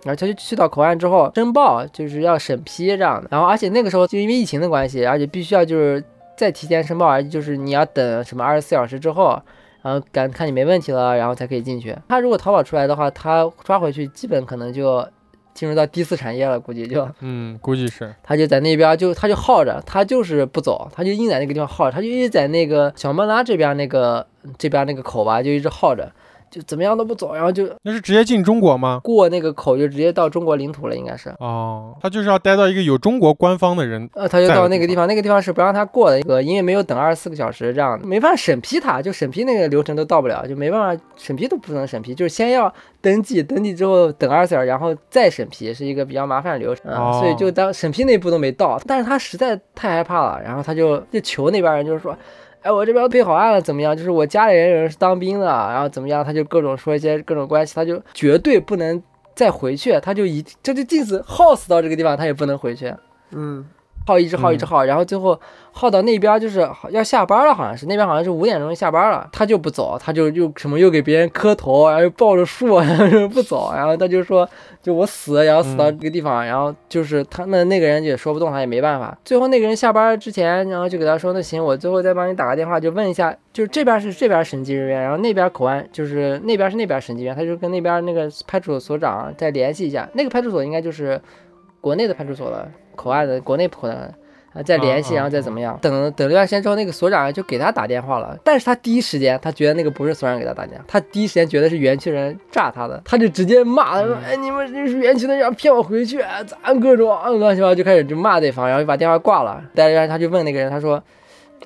B: 然后他就去到口岸之后申报，就是要审批这样的。然后而且那个时候就因为疫情的关系，而且必须要就是再提前申报，而且就是你要等什么二十四小时之后，然后赶看你没问题了，然后才可以进去。他如果逃跑出来的话，他抓回去基本可能就进入到第四产业了，估计就
D: 嗯，估计是
B: 他就在那边就他就耗着，他就是不走，他就硬在那个地方耗着，他就一直在那个小曼拉这边那个这边那个口吧，就一直耗着，就怎么样都不走，然后就
D: 那是直接进中国吗？
B: 过那个口就直接到中国领土了，应该是。
D: 哦，他就是要待到一个有中国官方的人。
B: 呃，他就
D: 在
B: 到
D: 的
B: 那
D: 地
B: 个地方，那个地方是不让他过的，一个因为没有等二十四个小时，这样没办法审批他，就审批那个流程都到不了，就没办法审批都不能审批，就是先要登记，登记之后等二十四小时，然后再审批，是一个比较麻烦的流程，啊，所以
D: 哦
B: 就当审批那一步都没到，但是他实在太害怕了，然后他就就求那边人，就是说。哎，我这边备好案了，怎么样？就是我家里人有人是当兵的，啊然后怎么样？他就各种说一些各种关系，他就绝对不能再回去，他就一这就即使耗死到这个地方，他也不能回去。
C: 嗯，
B: 耗一直耗一直耗，然后最后耗到那边就是好要下班了，好像是那边好像是五点钟就下班了，他就不走，他就又什么又给别人磕头，然后又抱着树，然后又不走，然后他就说就我死，然后死到这个地方，然后就是他那那个人也说不动他，也没办法。最后那个人下班之前，然后就给他说那行，我最后再帮你打个电话，就问一下，就是这边是这边审计人员，然后那边口岸就是那边是那边审计员，他就跟那边那个派出所所长再联系一下，那个派出所应该就是国内的派出所了，口岸的国内口岸的，啊，再联系，
D: 啊啊
B: 然后再怎么样？等等了一段时间之后，那个所长就给他打电话了，但是他第一时间他觉得那个不是所长给他打电话，他第一时间觉得是园区人炸他的，他就直接骂他说：“
D: 嗯
B: 哎，你们这是园区的人要骗我回去，啊咱各种啊乱七八糟就开始就骂对方，然后就把电话挂了。”待了一段时间，他就问那个人，他说。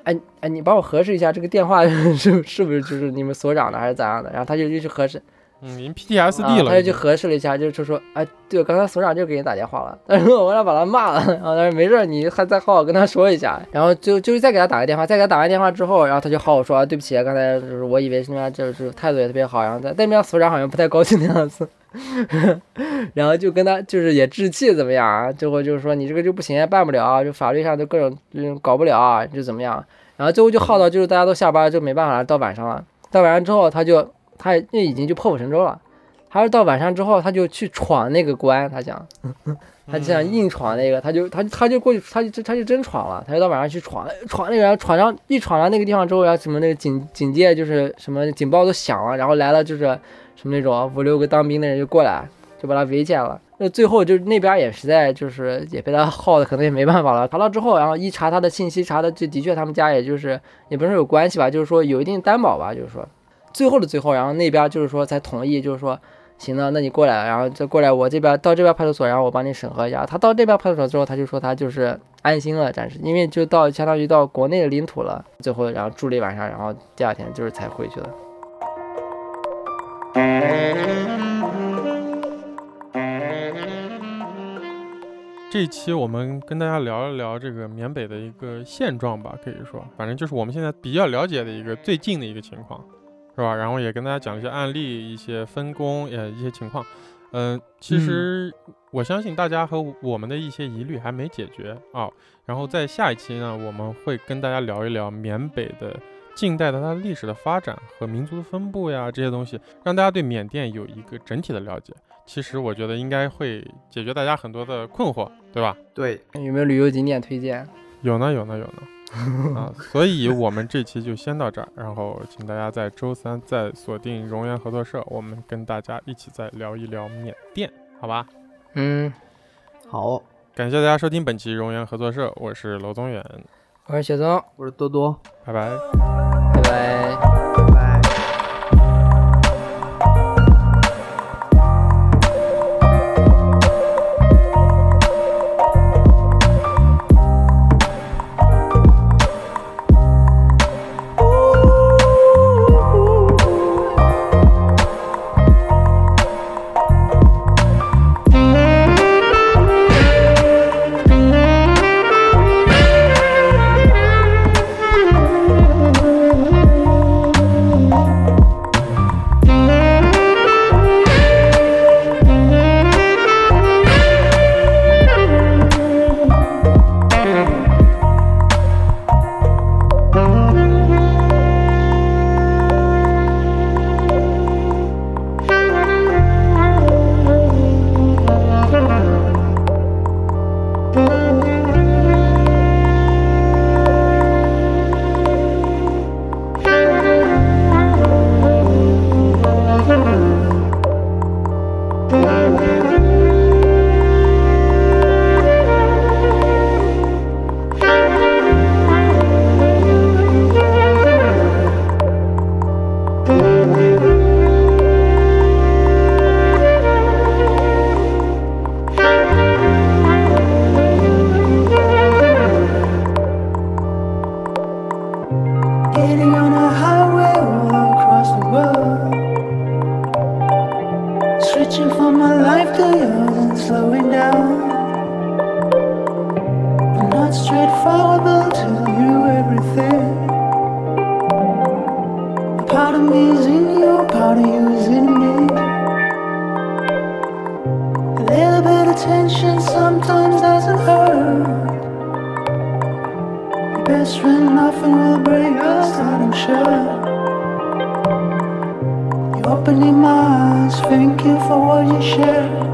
B: 哎哎，你帮我核实一下这个电话是 *laughs* 是不是就是你们所长的还是咋样的？然后他就就去核实，
D: 嗯，您 PTSD
B: 啊，
D: 了。
B: 他就去核实了一下，就就说，哎，对，刚才所长就给你打电话了，但是我要把他骂了，然后他说没事儿，你还再好好跟他说一下，然后就就是再给他打个电话，再给他打完电话之后，然后他就好好说，啊对不起，刚才就是我以为是那边就是态度也特别好，然后但但那边所长好像不太高兴的样子。 *laughs* 然后就跟他就是也置气怎么样啊？最后就是说你这个就不行，办不了，啊就法律上就各种嗯搞不了，就怎么样？啊然后最后就耗到就是大家都下班就没办法了，到晚上了，到晚上之后他就他也已经就破釜沉舟了。他是到晚上之后，他就去闯那个关，他想，他就想硬闯那个，他就他他就过去，他就他就真闯了，他就到晚上去闯，闯那个，然后闯上一闯上那个地方之后，然后什么那个警警戒就是什么警报都响了，然后来了就是什么那种五六个当兵的人就过来，就把他围起来了。那最后就是那边也实在就是也被他耗的，可能也没办法了。查到之后，然后一查他的信息，查的就的确他们家也就是也不是有关系吧，就是说有一定担保吧，就是说最后的最后，然后那边就是说才同意，就是说行了，那你过来，然后就过来我这边到这边派出所，然后我帮你审核一下。他到这边派出所之后，他就说他就是安心了，暂时，因为就到相当于到国内的领土了。最后然后住了一晚上，然后第二天就是才回去的。
D: 这一期我们跟大家聊一聊这个缅北的一个现状吧，可以说，反正就是我们现在比较了解的一个最近的一个情况，是吧？然后也跟大家讲一些案例、一些分工、呃一些情况。嗯、其实我相信大家和我们的一些疑虑还没解决啊、然后在下一期呢，我们会跟大家聊一聊缅北的近代的它的历史的发展和民族的分布呀这些东西，让大家对缅甸有一个整体的了解。其实我觉得应该会解决大家很多的困惑，对吧？
C: 对，
B: 有没有旅游景点推荐？
D: 有呢，有呢，有呢。 *laughs* 啊，所以我们这期就先到这儿，然后请大家在周三再锁定荣源合作社，我们跟大家一起再聊一聊缅甸，好吧？
B: 嗯，
C: 好，
D: 感谢大家收听本期荣源合作社，我是娄宗远，
B: 我是雪松，
C: 我是多多，
D: 拜拜。
B: 拜拜。
C: 拜拜。
E: Getting on a highway all across the world. Switching from my life to yours and slowing down. But not straightforward will tell you everything. A part of me is in you, a part of you is in me. A little bit of tension sometimes doesn't hurt best friend, nothing will break us, that I'm sure. You opening my eyes, thank you for what you shared.